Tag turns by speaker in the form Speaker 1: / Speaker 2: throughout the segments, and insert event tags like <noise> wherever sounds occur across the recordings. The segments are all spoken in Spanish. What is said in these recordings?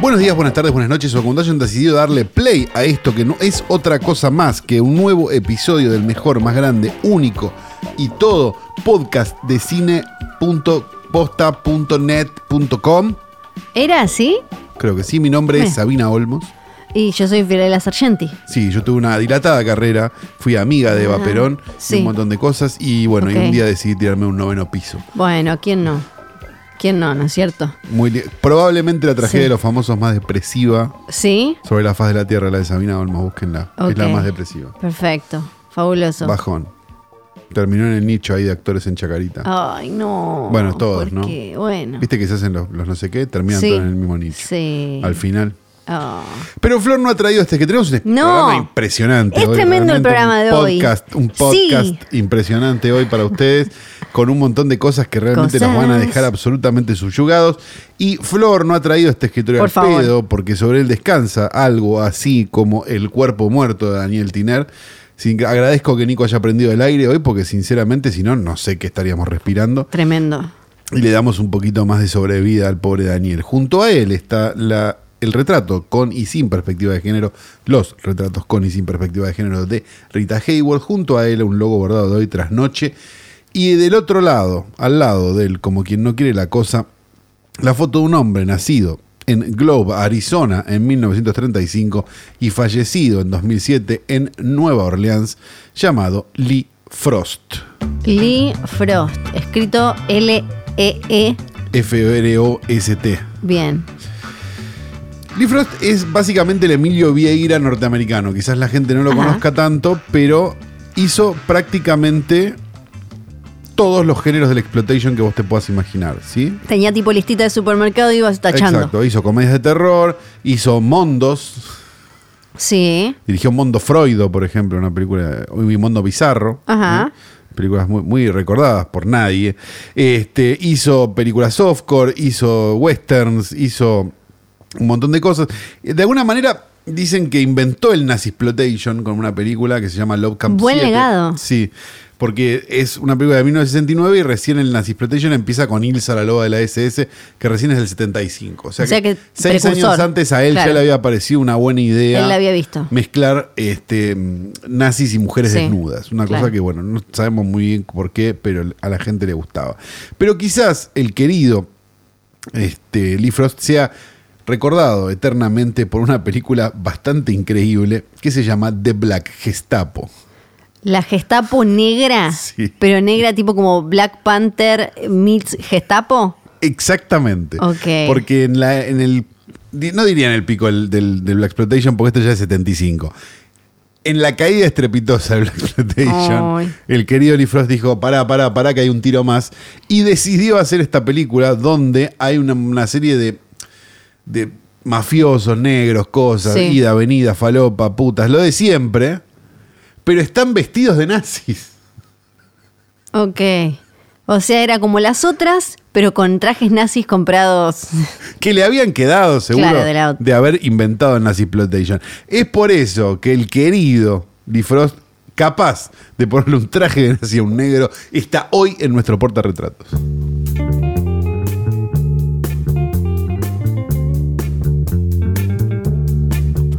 Speaker 1: Buenos días, buenas tardes, buenas noches. Facultación han decidido darle play a esto que no es otra cosa más que un nuevo episodio del mejor, más grande, único y todo podcast de cine.posta.net.com.
Speaker 2: ¿Era así?
Speaker 1: Creo que sí, mi nombre es
Speaker 2: Bien.
Speaker 1: Sabina Olmos.
Speaker 2: Y yo soy Fiorella Sargenti.
Speaker 1: Sí, yo tuve una dilatada carrera, fui amiga de Eva
Speaker 2: Ah,
Speaker 1: Perón, y
Speaker 2: sí.
Speaker 1: un montón de cosas y bueno,
Speaker 2: Ok.
Speaker 1: y un día decidí tirarme un noveno piso.
Speaker 2: Bueno, ¿quién no? ¿Quién no, no es cierto?
Speaker 1: Muy li- probablemente la tragedia
Speaker 2: Sí.
Speaker 1: de los famosos más depresiva
Speaker 2: ¿Sí?
Speaker 1: sobre la faz de la Tierra, la de Sabina Olmos, búsquenla, es la
Speaker 2: Ok.
Speaker 1: más depresiva.
Speaker 2: Perfecto. Fabuloso.
Speaker 1: Bajón. Terminó en el nicho ahí de actores en Chacarita.
Speaker 2: Ay, no.
Speaker 1: Bueno, todos, ¿no?
Speaker 2: porque, Bueno.
Speaker 1: Viste que se hacen los, los no sé qué, terminan
Speaker 2: Sí.
Speaker 1: todos en el mismo nicho.
Speaker 2: Sí.
Speaker 1: Al final.
Speaker 2: Oh.
Speaker 1: Pero Flor no ha traído este, que tenemos un
Speaker 2: No.
Speaker 1: programa impresionante.
Speaker 2: Es
Speaker 1: hoy,
Speaker 2: tremendo el
Speaker 1: realmente,
Speaker 2: programa
Speaker 1: un
Speaker 2: de hoy.
Speaker 1: podcast, Un
Speaker 2: Sí.
Speaker 1: podcast impresionante hoy para ustedes, con un montón de cosas que realmente nos van a
Speaker 2: Cosas.
Speaker 1: dejar absolutamente subyugados. Y Flor no ha traído este escritorio
Speaker 2: Por
Speaker 1: al
Speaker 2: favor.
Speaker 1: pedo, porque sobre él descansa algo así como El cuerpo muerto de Daniel Tiner. Sin- agradezco que Nico haya prendido el aire hoy, porque sinceramente, si no, no sé qué estaríamos respirando
Speaker 2: Tremendo.
Speaker 1: y le damos un poquito más de sobrevida al pobre Daniel. Junto a él está la- el retrato con y sin perspectiva de género, los retratos con y sin perspectiva de género de Rita Hayward. Junto a él un logo bordado de hoy tras noche. Y del otro lado, al lado de él, como quien no quiere la cosa, la foto de un hombre nacido en Globe, Arizona, en 1935 y fallecido en 2007 en Nueva Orleans, llamado Lee Frost.
Speaker 2: Lee Frost. Escrito L-E-E.
Speaker 1: F-R-O-S-T.
Speaker 2: Bien.
Speaker 1: Lee Frost es básicamente el Emilio Vieira norteamericano. Quizás la gente no lo
Speaker 2: Ajá.
Speaker 1: conozca tanto, pero hizo prácticamente todos los géneros del exploitation que vos te puedas imaginar, ¿sí?
Speaker 2: Tenía tipo listita de supermercado y ibas tachando.
Speaker 1: Exacto, hizo comedias de terror, hizo Mondos,
Speaker 2: Sí.
Speaker 1: dirigió Mondo Freudo, por ejemplo, una película, y Mondo Bizarro.
Speaker 2: Ajá.
Speaker 1: ¿sí? Películas muy, muy recordadas por nadie. Este, hizo películas softcore, hizo westerns, hizo un montón de cosas. De alguna manera dicen que inventó el Nazi Exploitation con una película que se llama Love Camp
Speaker 2: Buen
Speaker 1: 7.
Speaker 2: legado.
Speaker 1: Sí, porque es una película de 1969 y recién el Nazi Exploitation empieza con Ilsa, la loba de la SS, que recién es del 75. O sea,
Speaker 2: O sea
Speaker 1: que,
Speaker 2: que
Speaker 1: seis
Speaker 2: precursor.
Speaker 1: años antes a él
Speaker 2: Claro.
Speaker 1: ya le había parecido una buena idea.
Speaker 2: Él la había visto.
Speaker 1: Mezclar este, mm, nazis y mujeres
Speaker 2: Sí.
Speaker 1: desnudas. Una cosa
Speaker 2: Claro.
Speaker 1: que, bueno, no sabemos muy bien por qué, pero a la gente le gustaba. Pero quizás el querido este, Lee Frost sea recordado eternamente por una película bastante increíble que se llama The Black Gestapo.
Speaker 2: La Gestapo negra.
Speaker 1: Sí.
Speaker 2: Pero negra tipo como Black Panther meets Gestapo.
Speaker 1: Exactamente.
Speaker 2: Ok.
Speaker 1: Porque en, la, en el. di- No diría en el pico del, del, del Black Exploitation, porque esto ya es 75. En la caída estrepitosa del Black Exploitation,
Speaker 2: Ay.
Speaker 1: el querido Lee Frost dijo: pará, pará, pará, que hay un tiro más. Y decidió hacer esta película donde hay una, una serie de, de mafiosos, negros, cosas,
Speaker 2: Sí.
Speaker 1: ida, venida, falopa, putas, lo de siempre. Pero están vestidos de nazis.
Speaker 2: Ok. O sea, era como las otras, pero con trajes nazis comprados.
Speaker 1: que le habían quedado seguro
Speaker 2: Claro, de la-
Speaker 1: de haber inventado el Nazi Exploitation. Es por eso que el querido Lee Frost, capaz de ponerle un traje de nazi a un negro, está hoy en nuestro portarretratos.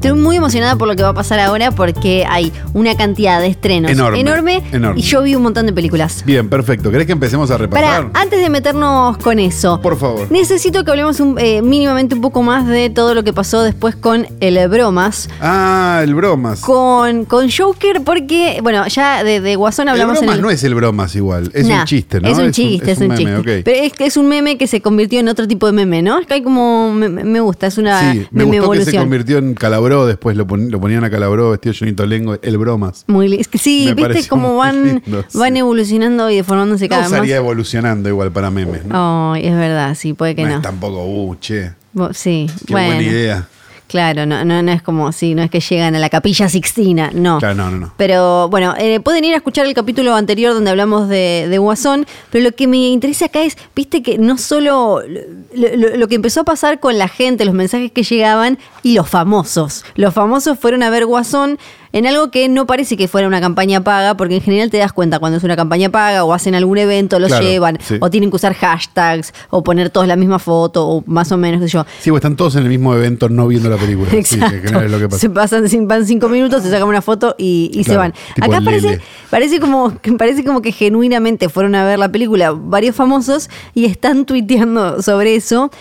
Speaker 2: Estoy muy emocionada por lo que va a pasar ahora porque hay una cantidad de estrenos
Speaker 1: Enorme, enorme.
Speaker 2: y yo vi un montón de películas.
Speaker 1: Bien, perfecto. ¿Querés que empecemos a repasar?
Speaker 2: Para, antes de meternos con eso,
Speaker 1: Por favor.
Speaker 2: necesito que hablemos un- eh, mínimamente un poco más de todo lo que pasó después con el Bromas.
Speaker 1: Ah, el bromas.
Speaker 2: Con, con Joker, porque, bueno, ya de, de Guasón
Speaker 1: el
Speaker 2: hablamos
Speaker 1: bromas
Speaker 2: en el-
Speaker 1: no es el bromas igual, es
Speaker 2: Nah,
Speaker 1: un chiste, ¿no?
Speaker 2: Es un chiste, es un,
Speaker 1: meme,
Speaker 2: chiste.
Speaker 1: ok.
Speaker 2: Pero es que es un meme que se convirtió en otro tipo de meme, ¿no? Es que hay como. Me, me gusta, es una
Speaker 1: sí, me
Speaker 2: ah, meme
Speaker 1: gustó que
Speaker 2: evolución.
Speaker 1: se convertió en Calabró, después lo, pon- lo ponían a Calabró vestido llenito lengo, el bromas.
Speaker 2: Muy li- es que sí,
Speaker 1: Me
Speaker 2: viste
Speaker 1: pareció
Speaker 2: cómo
Speaker 1: muy
Speaker 2: van,
Speaker 1: lindo, sí.
Speaker 2: van evolucionando y deformándose
Speaker 1: No
Speaker 2: cada vez
Speaker 1: estaría
Speaker 2: más.
Speaker 1: evolucionando igual para memes, ¿no?
Speaker 2: Ay, es verdad, sí, puede que
Speaker 1: No
Speaker 2: no.
Speaker 1: es tampoco, uh, che.
Speaker 2: Bo- Sí,
Speaker 1: Qué
Speaker 2: bueno.
Speaker 1: buena idea.
Speaker 2: Claro, no, no, no es como, sí, no es que llegan a la capilla Sixtina, no.
Speaker 1: Claro, no, no, no.
Speaker 2: Pero bueno, eh, pueden ir a escuchar el capítulo anterior donde hablamos de, de Guasón, pero lo que me interesa acá es, viste que no solo lo, lo- lo que empezó a pasar con la gente, los mensajes que llegaban y los famosos. Los famosos fueron a ver Guasón en algo que no parece que fuera una campaña paga, porque en general te das cuenta cuando es una campaña paga o hacen algún evento, lo
Speaker 1: Claro,
Speaker 2: llevan,
Speaker 1: sí.
Speaker 2: o tienen que usar hashtags, o poner todos la misma foto, o más o menos, qué sé yo.
Speaker 1: Sí, pues están todos en el mismo evento no viendo la película. Sí, en general es lo que pasa.
Speaker 2: Se pasan cin- van cinco minutos, se sacan una foto y, y se
Speaker 1: Claro,
Speaker 2: van.
Speaker 1: tipo
Speaker 2: Acá
Speaker 1: Lele.
Speaker 2: parece, parece, como, <laughs> que- parece como que genuinamente fueron a ver la película varios famosos y están tuiteando sobre eso.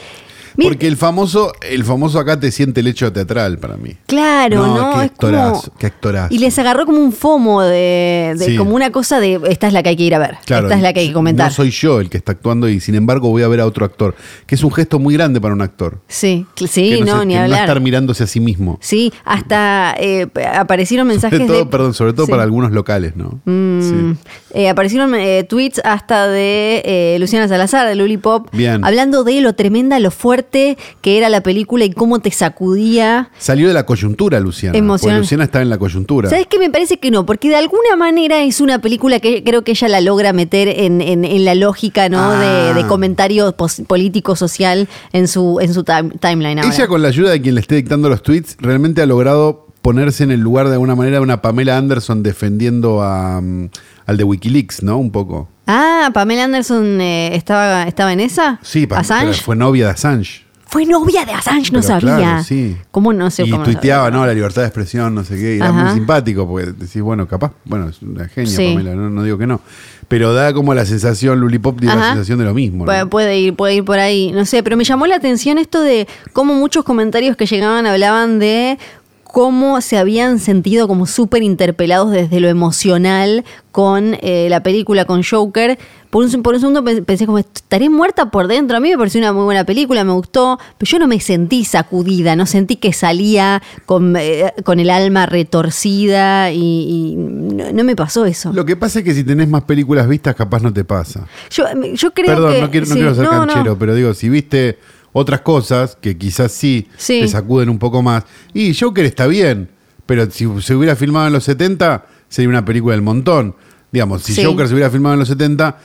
Speaker 2: Mir-
Speaker 1: Porque el famoso, el famoso acá te siente el hecho teatral para mí.
Speaker 2: Claro,
Speaker 1: No,
Speaker 2: ¿no?
Speaker 1: qué
Speaker 2: es como-
Speaker 1: actorazo, qué actorazo.
Speaker 2: Y les agarró como un fomo de, de-
Speaker 1: Sí.
Speaker 2: como una cosa de esta es la que hay que ir a ver,
Speaker 1: Claro,
Speaker 2: esta es la que hay que comentar.
Speaker 1: No soy yo el que está actuando y sin embargo voy a ver a otro actor, que es un gesto muy grande para un actor.
Speaker 2: Sí, cl- sí,
Speaker 1: que
Speaker 2: no,
Speaker 1: se-
Speaker 2: ni
Speaker 1: que
Speaker 2: hablar.
Speaker 1: estar mirándose a sí mismo.
Speaker 2: Sí, hasta eh, p- aparecieron mensajes
Speaker 1: Sobre todo,
Speaker 2: de-
Speaker 1: perdón, sobre todo
Speaker 2: Sí.
Speaker 1: para algunos locales, ¿no? Sí.
Speaker 2: Eh, aparecieron eh, tweets hasta de eh, Luciana Salazar, de Lulipop,
Speaker 1: Bien.
Speaker 2: hablando de lo tremenda, lo fuerte que era la película y cómo te sacudía.
Speaker 1: Salió de la coyuntura, Luciana.
Speaker 2: Emocional.
Speaker 1: Porque Luciana estaba en la coyuntura.
Speaker 2: ¿Sabes qué? Me parece que no, porque de alguna manera es una película que creo que ella la logra meter en, en- en la lógica ¿no?
Speaker 1: Ah.
Speaker 2: de, de comentario pos- político-social en su, en su time- timeline ahora.
Speaker 1: Ella, con la ayuda de quien le esté dictando los tweets, realmente ha logrado ponerse en el lugar de alguna manera de una Pamela Anderson defendiendo a, mm, al de Wikileaks, ¿no? Un poco.
Speaker 2: Ah, Pamela Anderson eh, estaba, estaba en esa.
Speaker 1: Sí, Pam-
Speaker 2: Assange.
Speaker 1: pero fue novia de Assange.
Speaker 2: Fue novia de Assange, no
Speaker 1: Pero
Speaker 2: sabía.
Speaker 1: claro, sí.
Speaker 2: ¿Cómo no sé
Speaker 1: Y
Speaker 2: cómo no
Speaker 1: tuiteaba,
Speaker 2: sabía?
Speaker 1: ¿no? La libertad de expresión, no sé qué. y era
Speaker 2: Ajá.
Speaker 1: muy simpático, porque decís, bueno, capaz, bueno, es una genia,
Speaker 2: Sí.
Speaker 1: Pamela, no, no digo que no. Pero da como la sensación, Lulipop dio la
Speaker 2: Ajá.
Speaker 1: sensación de lo mismo. ¿no?
Speaker 2: Pu- Puede ir, puede ir por ahí, no sé, pero me llamó la atención esto de cómo muchos comentarios que llegaban hablaban de cómo se habían sentido como súper interpelados desde lo emocional con eh, la película, con Joker. Por un, por un segundo pe- pensé como, estaré muerta por dentro. A mí me pareció una muy buena película, me gustó, pero yo no me sentí sacudida, no sentí que salía con, eh, con el alma retorcida y, y no, no me pasó eso.
Speaker 1: Lo que pasa es que si tenés más películas vistas, capaz no te pasa.
Speaker 2: Yo, yo creo
Speaker 1: Perdón,
Speaker 2: que...
Speaker 1: no quiero, no
Speaker 2: sí,
Speaker 1: quiero ser
Speaker 2: no, no.
Speaker 1: canchero, pero digo, si viste otras cosas que quizás sí,
Speaker 2: Sí.
Speaker 1: te sacuden un poco más. Y Joker está bien, pero si se hubiera filmado en los 70, sería una película del montón. Digamos, si
Speaker 2: Sí.
Speaker 1: Joker se hubiera filmado en los 70,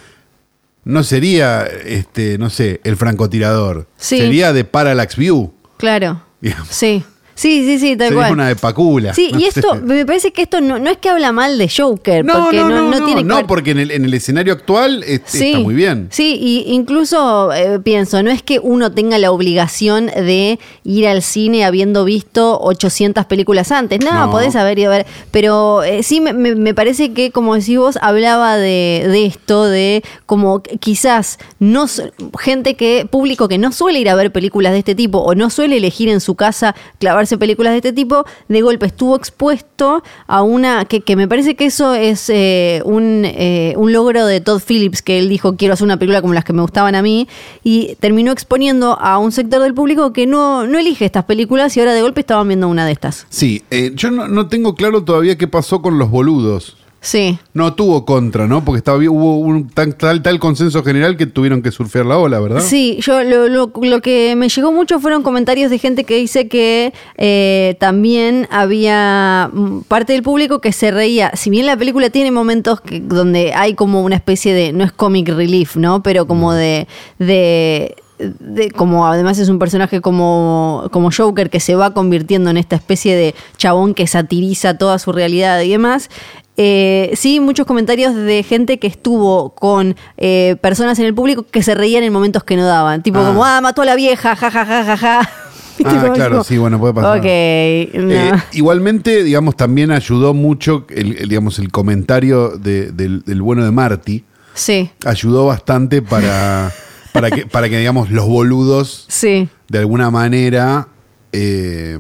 Speaker 1: no sería, este, no sé, el francotirador.
Speaker 2: Sí.
Speaker 1: Sería de Parallax View. <laughs>
Speaker 2: Claro.
Speaker 1: Digamos.
Speaker 2: Sí. Sí, sí, sí, tal
Speaker 1: sería
Speaker 2: cual.
Speaker 1: una de Pacula.
Speaker 2: Sí,
Speaker 1: no <laughs>
Speaker 2: y
Speaker 1: sé.
Speaker 2: esto, me parece que esto no, no es que habla mal de Joker,
Speaker 1: No,
Speaker 2: porque
Speaker 1: no,
Speaker 2: no,
Speaker 1: no, no,
Speaker 2: no tiene que
Speaker 1: no,
Speaker 2: ver-
Speaker 1: porque en el, en el escenario actual eh, está muy bien.
Speaker 2: Sí, y incluso eh, pienso, no es que uno tenga la obligación de ir al cine habiendo visto 800 películas antes. No,
Speaker 1: No.
Speaker 2: podés haber ido a ver. Pero eh, sí, me, me- me parece que, como decís vos, hablaba de, de esto, de como qu- quizás no s- gente que, público que no suele ir a ver películas de este tipo o no suele elegir en su casa clavarse películas de este tipo, de golpe estuvo expuesto a una, que, que me parece que eso es eh, un, eh, un logro de Todd Phillips, que él dijo, quiero hacer una película como las que me gustaban a mí, y terminó exponiendo a un sector del público que no, no elige estas películas y ahora de golpe estaban viendo una de estas.
Speaker 1: Sí, eh, yo no, no tengo claro todavía qué pasó con los boludos.
Speaker 2: Sí.
Speaker 1: No tuvo contra, ¿no? Porque estaba, hubo un tan- tal, tal consenso general que tuvieron que surfear la ola, ¿verdad?
Speaker 2: Sí, yo lo, lo- lo que me llegó mucho fueron comentarios de gente que dice que eh, también había mm, parte del público que se reía. Si bien la película tiene momentos que- donde hay como una especie de, no es comic relief, ¿no? Pero como de, de, de- como además es un personaje como, como Joker que se va convirtiendo en esta especie de chabón que satiriza toda su realidad y demás. Eh, sí, muchos comentarios de gente que estuvo con eh, personas en el público que se reían en momentos que no daban. Tipo
Speaker 1: Ah.
Speaker 2: como, ah, mató a la vieja, ja, ja, ja, ja, ja. <laughs> Y
Speaker 1: Ah,
Speaker 2: tipo,
Speaker 1: claro,
Speaker 2: como,
Speaker 1: sí, bueno, puede pasar.
Speaker 2: Ok,
Speaker 1: Eh,
Speaker 2: no.
Speaker 1: igualmente, digamos, también ayudó mucho el, el, digamos, el comentario de- del, del bueno de Marty.
Speaker 2: sí,
Speaker 1: Ayudó bastante para,
Speaker 2: <laughs>
Speaker 1: para, que, para que, digamos, los boludos
Speaker 2: sí.
Speaker 1: de alguna manera eh,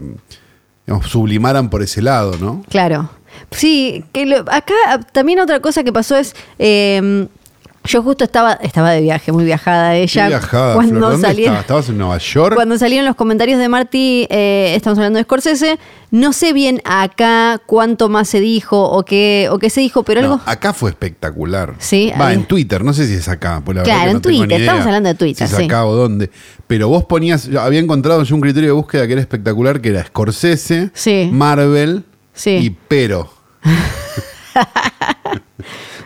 Speaker 1: digamos, sublimaran por ese lado, ¿no?
Speaker 2: Claro. Sí, que lo- acá ah, también otra cosa que pasó es, eh, Yo justo estaba, estaba de viaje, muy viajada ella.
Speaker 1: Qué viajada,
Speaker 2: cuando
Speaker 1: Flor, ¿dónde
Speaker 2: salieron-
Speaker 1: estabas? ¿Estabas en Nueva York?
Speaker 2: Cuando salieron los comentarios de Marty, eh, estamos hablando de Scorsese, no sé bien acá cuánto más se dijo o qué, o qué se dijo, pero
Speaker 1: No, ah.
Speaker 2: algo...
Speaker 1: acá fue espectacular.
Speaker 2: Sí,
Speaker 1: Va,
Speaker 2: ahí.
Speaker 1: en Twitter, no sé si es acá. pues la
Speaker 2: Claro,
Speaker 1: verdad que
Speaker 2: en
Speaker 1: no tengo
Speaker 2: Twitter,
Speaker 1: ni
Speaker 2: estamos
Speaker 1: idea
Speaker 2: hablando de Twitter,
Speaker 1: Si es
Speaker 2: sí.
Speaker 1: acá o dónde. Pero vos ponías, yo había encontrado yo un criterio de búsqueda que era espectacular, que era Scorsese,
Speaker 2: Sí.
Speaker 1: Marvel
Speaker 2: Sí.
Speaker 1: y Pero.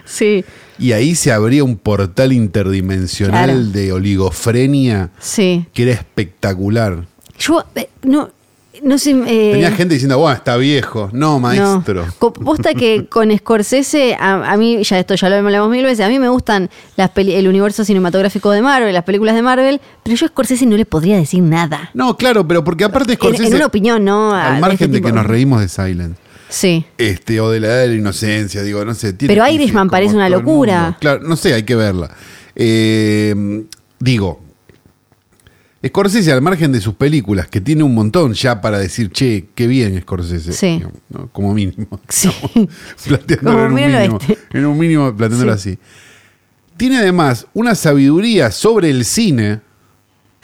Speaker 2: Sí,
Speaker 1: Y ahí se abría un portal interdimensional
Speaker 2: Claro.
Speaker 1: de oligofrenia
Speaker 2: sí.
Speaker 1: que era espectacular.
Speaker 2: Yo eh, no, no sé... eh,
Speaker 1: Tenía gente diciendo, bueno, está viejo. No, maestro.
Speaker 2: No. Co- Posta que con Scorsese, a, a mí, ya esto ya lo hablamos mil veces, a mí me gustan las peli- el universo cinematográfico de Marvel, las películas de Marvel, pero yo a Scorsese no le podría decir nada.
Speaker 1: No, claro, pero porque aparte
Speaker 2: En- en
Speaker 1: Scorsese...
Speaker 2: una opinión, ¿no? A- de
Speaker 1: Al margen
Speaker 2: este
Speaker 1: de
Speaker 2: tipo.
Speaker 1: que nos reímos de Silent.
Speaker 2: Sí.
Speaker 1: este, o de la edad de la inocencia, digo, no sé. tiene
Speaker 2: Pero
Speaker 1: pifies
Speaker 2: Irishman
Speaker 1: como
Speaker 2: parece una
Speaker 1: todo el
Speaker 2: locura.
Speaker 1: mundo. Claro, no sé, hay que verla. Eh, digo, Scorsese, al margen de sus películas, que tiene un montón ya para decir, che, qué bien Scorsese,
Speaker 2: Sí.
Speaker 1: digamos, ¿no?
Speaker 2: <laughs>
Speaker 1: como mínimo.
Speaker 2: Sí.
Speaker 1: <laughs> Planteándolo
Speaker 2: Como
Speaker 1: en un
Speaker 2: mínimo
Speaker 1: mínimo,
Speaker 2: este.
Speaker 1: en un mínimo planteándolo así. Tiene además una sabiduría sobre el cine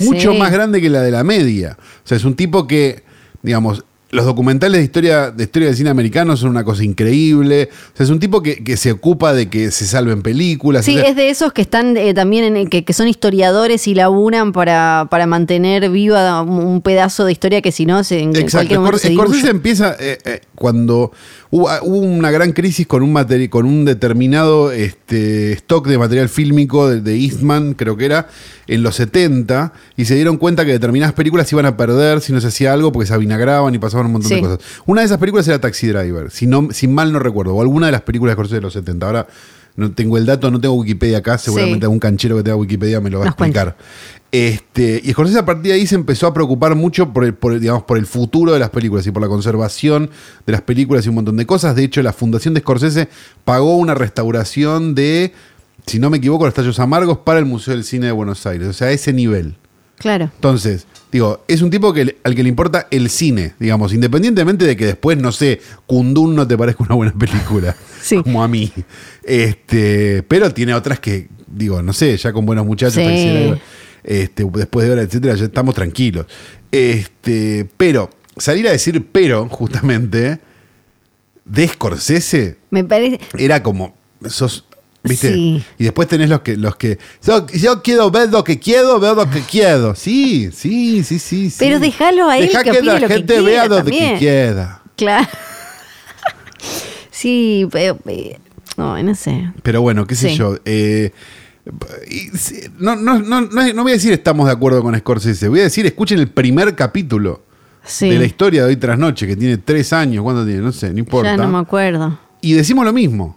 Speaker 1: mucho
Speaker 2: Sí.
Speaker 1: más grande que la de la media. O sea, es un tipo que, digamos, los documentales de historia, de historia del cine americano son una cosa increíble. O sea, es un tipo que, que se ocupa de que se salven películas.
Speaker 2: Sí,
Speaker 1: O sea,
Speaker 2: es de esos que están eh, también, en, que, que son historiadores y laburan para, para mantener viva un- un pedazo de historia que si no, se, en
Speaker 1: Exacto.
Speaker 2: cualquier momento
Speaker 1: Scor-
Speaker 2: se
Speaker 1: Scorsese
Speaker 2: diluye.
Speaker 1: empieza eh, eh, cuando hubo, ah, hubo una gran crisis con un materi- con un determinado este, stock de material fílmico de, de Eastman, creo que era, en los 70, y se dieron cuenta que determinadas películas se iban a perder si no se hacía algo porque se avinagraban y pasaban un montón de
Speaker 2: Sí.
Speaker 1: cosas. Una de esas películas era Taxi Driver, si, no, si mal no recuerdo, o alguna de las películas de Scorsese de los 70. Ahora no tengo el dato, no tengo Wikipedia acá, seguramente
Speaker 2: Sí.
Speaker 1: algún canchero que tenga Wikipedia me lo va a
Speaker 2: Nos cuenta.
Speaker 1: explicar. Este, y Scorsese a partir de ahí se empezó a preocupar mucho por el, por el, digamos, por el futuro de las películas y por la conservación de las películas y un montón de cosas. De hecho, la fundación de Scorsese pagó una restauración de, si no me equivoco, los tallos amargos para el Museo del Cine de Buenos Aires. O sea, a ese nivel.
Speaker 2: Claro.
Speaker 1: Entonces, digo, es un tipo que, le- al que le importa el cine, digamos, independientemente de que después, no sé, Kundun no te parezca una buena película,
Speaker 2: <laughs> Sí.
Speaker 1: como a mí. Este, pero tiene otras que, digo, no sé, ya con buenos muchachos,
Speaker 2: Sí.
Speaker 1: Taxi Driver, este, después de ver, etcétera, ya estamos tranquilos. Este, pero, salir a decir pero, justamente, de Scorsese,
Speaker 2: Me parece. <laughs>
Speaker 1: era como sos viste
Speaker 2: Sí.
Speaker 1: y después tenés los que los que yo, yo quiero ver lo que quiero ver lo que quiero sí sí sí sí sí.
Speaker 2: Pero dejalo a él
Speaker 1: Dejá
Speaker 2: que
Speaker 1: que,
Speaker 2: opine
Speaker 1: la
Speaker 2: lo que
Speaker 1: gente
Speaker 2: quiera
Speaker 1: vea lo que
Speaker 2: también.
Speaker 1: quiera
Speaker 2: Claro. sí, pero. eh, No, no sé.
Speaker 1: pero bueno qué sé
Speaker 2: Sí.
Speaker 1: yo eh, y si- no, no, no, no, no voy a decir estamos de acuerdo con Scorsese voy a decir escuchen el primer capítulo
Speaker 2: Sí.
Speaker 1: de la historia de hoy tras noche que tiene tres años cuánto tiene no sé no importa
Speaker 2: Ya no me acuerdo.
Speaker 1: y decimos lo mismo.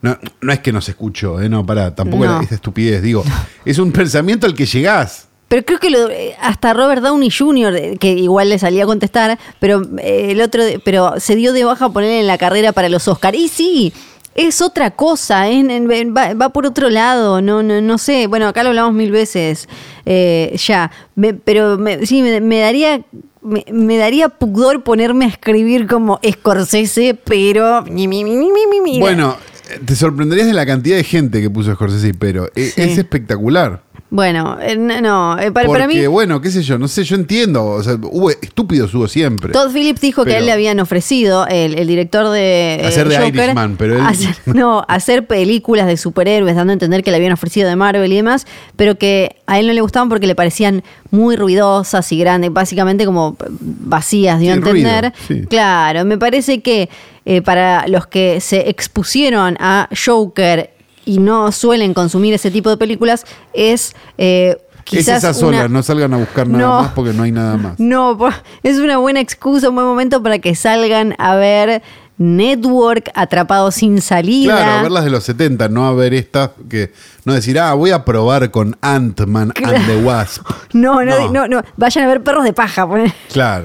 Speaker 1: No, no es que nos escuchó, ¿eh? no, pará, tampoco
Speaker 2: No.
Speaker 1: es esa estupidez, digo. Es un pensamiento al que llegás.
Speaker 2: Pero creo que lo- eh, hasta Robert Downey Jr., eh, que igual le salía a contestar, pero eh, el otro, de- pero se dio de baja a poner en la carrera para los Oscar. Y sí, es otra cosa, en- en- en- va, va por otro lado, no, no, no sé. Bueno, acá lo hablamos mil veces eh, ya. Me- pero me- sí, me, me daría. Me, me daría pudor ponerme a escribir como Scorsese, pero. ni, ni, ni, ni, ni, ni, ni.
Speaker 1: Bueno, eh, te sorprenderías de la cantidad de gente que puso Scorsese y pero. E-
Speaker 2: Sí.
Speaker 1: Es espectacular.
Speaker 2: Bueno, eh, no, no, eh, para,
Speaker 1: Porque,
Speaker 2: para mí.
Speaker 1: bueno, qué sé yo, no sé, yo entiendo. O sea, hubo, estúpidos hubo siempre.
Speaker 2: Todd Phillips dijo que a
Speaker 1: Pero-
Speaker 2: él le habían ofrecido, el, el director de. eh,
Speaker 1: Hacer de Irishman, pero él- <laughs>
Speaker 2: hacer- no, hacer películas de superhéroes, dando a entender que le habían ofrecido de Marvel y demás, pero que a él no le gustaban porque le parecían muy ruidosas y grandes, básicamente como vacías, dio a
Speaker 1: Sí, ruido,
Speaker 2: entender.
Speaker 1: sí.
Speaker 2: Claro, me parece que eh, para los que se expusieron a Joker y no suelen consumir ese tipo de películas, es. eh,
Speaker 1: es
Speaker 2: Quizás
Speaker 1: esa sola,
Speaker 2: una-
Speaker 1: no salgan a buscar nada
Speaker 2: No.
Speaker 1: más porque no hay nada más.
Speaker 2: no, po- es una buena excusa, un buen momento para que salgan a ver Network atrapados sin salida.
Speaker 1: Claro, ver las de los 70, no a ver estas que. No decir, ah, voy a probar con Ant-Man and the Wasp.
Speaker 2: No, no, no,
Speaker 1: No.
Speaker 2: no, vayan a ver perros de paja. poner-
Speaker 1: Claro,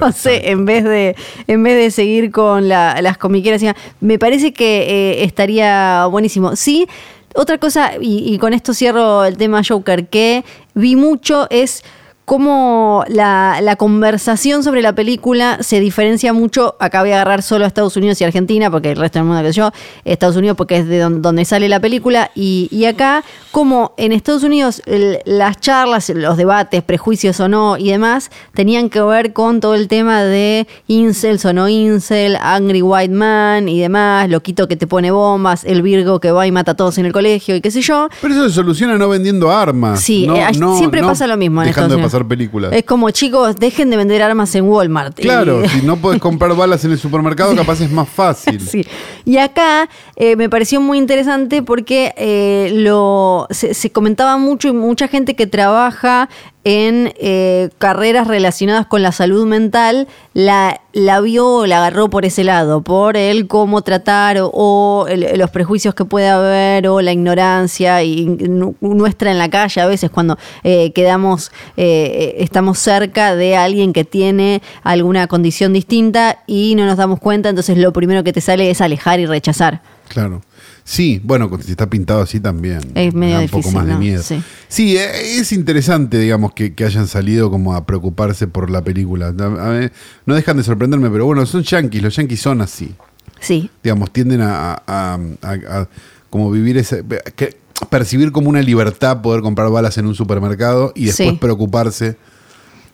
Speaker 2: <laughs> No sé, en vez de, en vez de seguir con la- las comiqueras. y demás. Me parece que eh, estaría buenísimo. Sí, otra cosa, y, y con esto cierro el tema Joker, que vi mucho es cómo la, la conversación sobre la película se diferencia mucho. Acá voy a agarrar solo a Estados Unidos y Argentina, porque el resto del mundo que yo, Estados Unidos porque es de don- donde sale la película, y, y acá, como en Estados Unidos el- las charlas, los debates, prejuicios o no y demás, tenían que ver con todo el tema de incels o no incel, angry white man y demás, loquito que te pone bombas, el virgo que va y mata a todos en el colegio y qué sé yo.
Speaker 1: Pero eso se soluciona no vendiendo armas.
Speaker 2: Sí,
Speaker 1: Ah, no-
Speaker 2: eh,
Speaker 1: no-
Speaker 2: siempre
Speaker 1: no
Speaker 2: pasa lo mismo. en
Speaker 1: Dejando
Speaker 2: Estados
Speaker 1: de
Speaker 2: Unidos.
Speaker 1: pasar películas.
Speaker 2: Es como, chicos, dejen de vender armas en Walmart. <laughs>
Speaker 1: Claro,
Speaker 2: Y-
Speaker 1: si no podés comprar balas en el supermercado, capaz es más
Speaker 2: <laughs>
Speaker 1: fácil.
Speaker 2: Sí. Y acá eh, me pareció muy interesante porque eh, lo, se, se comentaba mucho y mucha gente que trabaja en eh, carreras relacionadas con la salud mental la, la vio o la agarró por ese lado, por el cómo tratar o, o el- los prejuicios que puede haber o la ignorancia y nu- nuestra en la calle a veces cuando eh, quedamos, eh, estamos cerca de alguien que tiene alguna condición distinta y no nos damos cuenta, entonces lo primero que te sale es alejar y rechazar.
Speaker 1: Claro. Sí, bueno, si está pintado así también.
Speaker 2: Es
Speaker 1: me
Speaker 2: medio
Speaker 1: da un
Speaker 2: difícil,
Speaker 1: poco más
Speaker 2: ¿no?
Speaker 1: de miedo.
Speaker 2: Sí.
Speaker 1: Sí, eh, es interesante, digamos, que, que hayan salido como a preocuparse por la película. A- a mí no dejan de sorprenderme, pero bueno, son yanquis, los yanquis son así.
Speaker 2: Sí,
Speaker 1: Digamos, tienden a, a- a- a- a como vivir ese. que- percibir como una libertad poder comprar balas en un supermercado y después
Speaker 2: Sí.
Speaker 1: preocuparse. <laughs>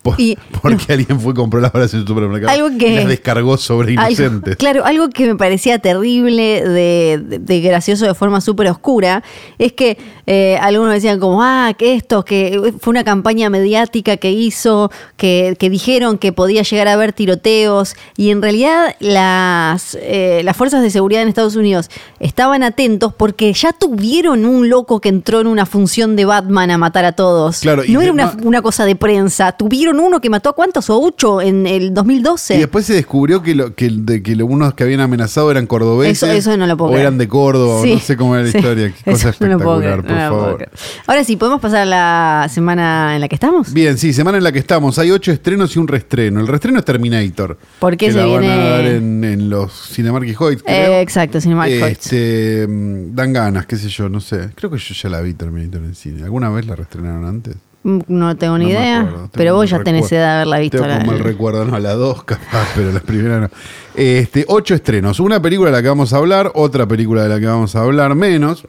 Speaker 1: Por,
Speaker 2: Y-
Speaker 1: porque alguien fue y compró las balas en el supermercado
Speaker 2: Algo que-
Speaker 1: y las descargó sobre
Speaker 2: Algo,
Speaker 1: inocentes.
Speaker 2: claro, algo que me parecía terrible, de, de- de gracioso de forma súper oscura, es que eh, algunos decían como, ah, que esto, que fue una campaña mediática que hizo, que, que dijeron que podía llegar a haber tiroteos, y en realidad las, eh, las fuerzas de seguridad en Estados Unidos estaban atentos porque ya tuvieron un loco que entró en una función de Batman a matar a todos.
Speaker 1: Claro, y
Speaker 2: no era
Speaker 1: de-
Speaker 2: una, una cosa de prensa, tuvieron uno que mató a cuántos, o ocho en el 2012.
Speaker 1: Y después se descubrió que, lo, que, el- de, que lo- unos que habían amenazado eran cordobeses.
Speaker 2: Eso, eso no lo puedo
Speaker 1: O
Speaker 2: creer.
Speaker 1: eran de Córdoba,
Speaker 2: Sí,
Speaker 1: o no sé cómo era la
Speaker 2: sí.
Speaker 1: historia.
Speaker 2: <laughs> Eso no
Speaker 1: Qué cosa
Speaker 2: lo
Speaker 1: espectacular,
Speaker 2: puedo creer,
Speaker 1: por
Speaker 2: no lo puedo
Speaker 1: favor.
Speaker 2: creer. Ahora sí, ¿podemos pasar a la semana en la que estamos?
Speaker 1: Bien, sí, semana en la que estamos. Hay ocho estrenos y un restreno. El restreno es Terminator.
Speaker 2: ¿Por qué
Speaker 1: que
Speaker 2: se
Speaker 1: la van
Speaker 2: viene?
Speaker 1: a dar en, en los Cinemark y Hoyt, creo.
Speaker 2: Eh, exacto, sin
Speaker 1: Este, mm, dan ganas, qué sé yo, no sé. Creo que yo ya la vi Terminator en el cine. ¿Alguna vez la restrenaron antes?
Speaker 2: Mm, No tengo ni
Speaker 1: No me
Speaker 2: idea,
Speaker 1: acuerdo, tengo
Speaker 2: pero
Speaker 1: un
Speaker 2: vos ya tenés
Speaker 1: recuerdo.
Speaker 2: edad de haberla visto.
Speaker 1: Tengo
Speaker 2: la-
Speaker 1: como el recuerdo, no, la dos capaz, pero la primera no. Este, ocho estrenos. Una película de la que vamos a hablar, otra película de la que vamos a hablar menos.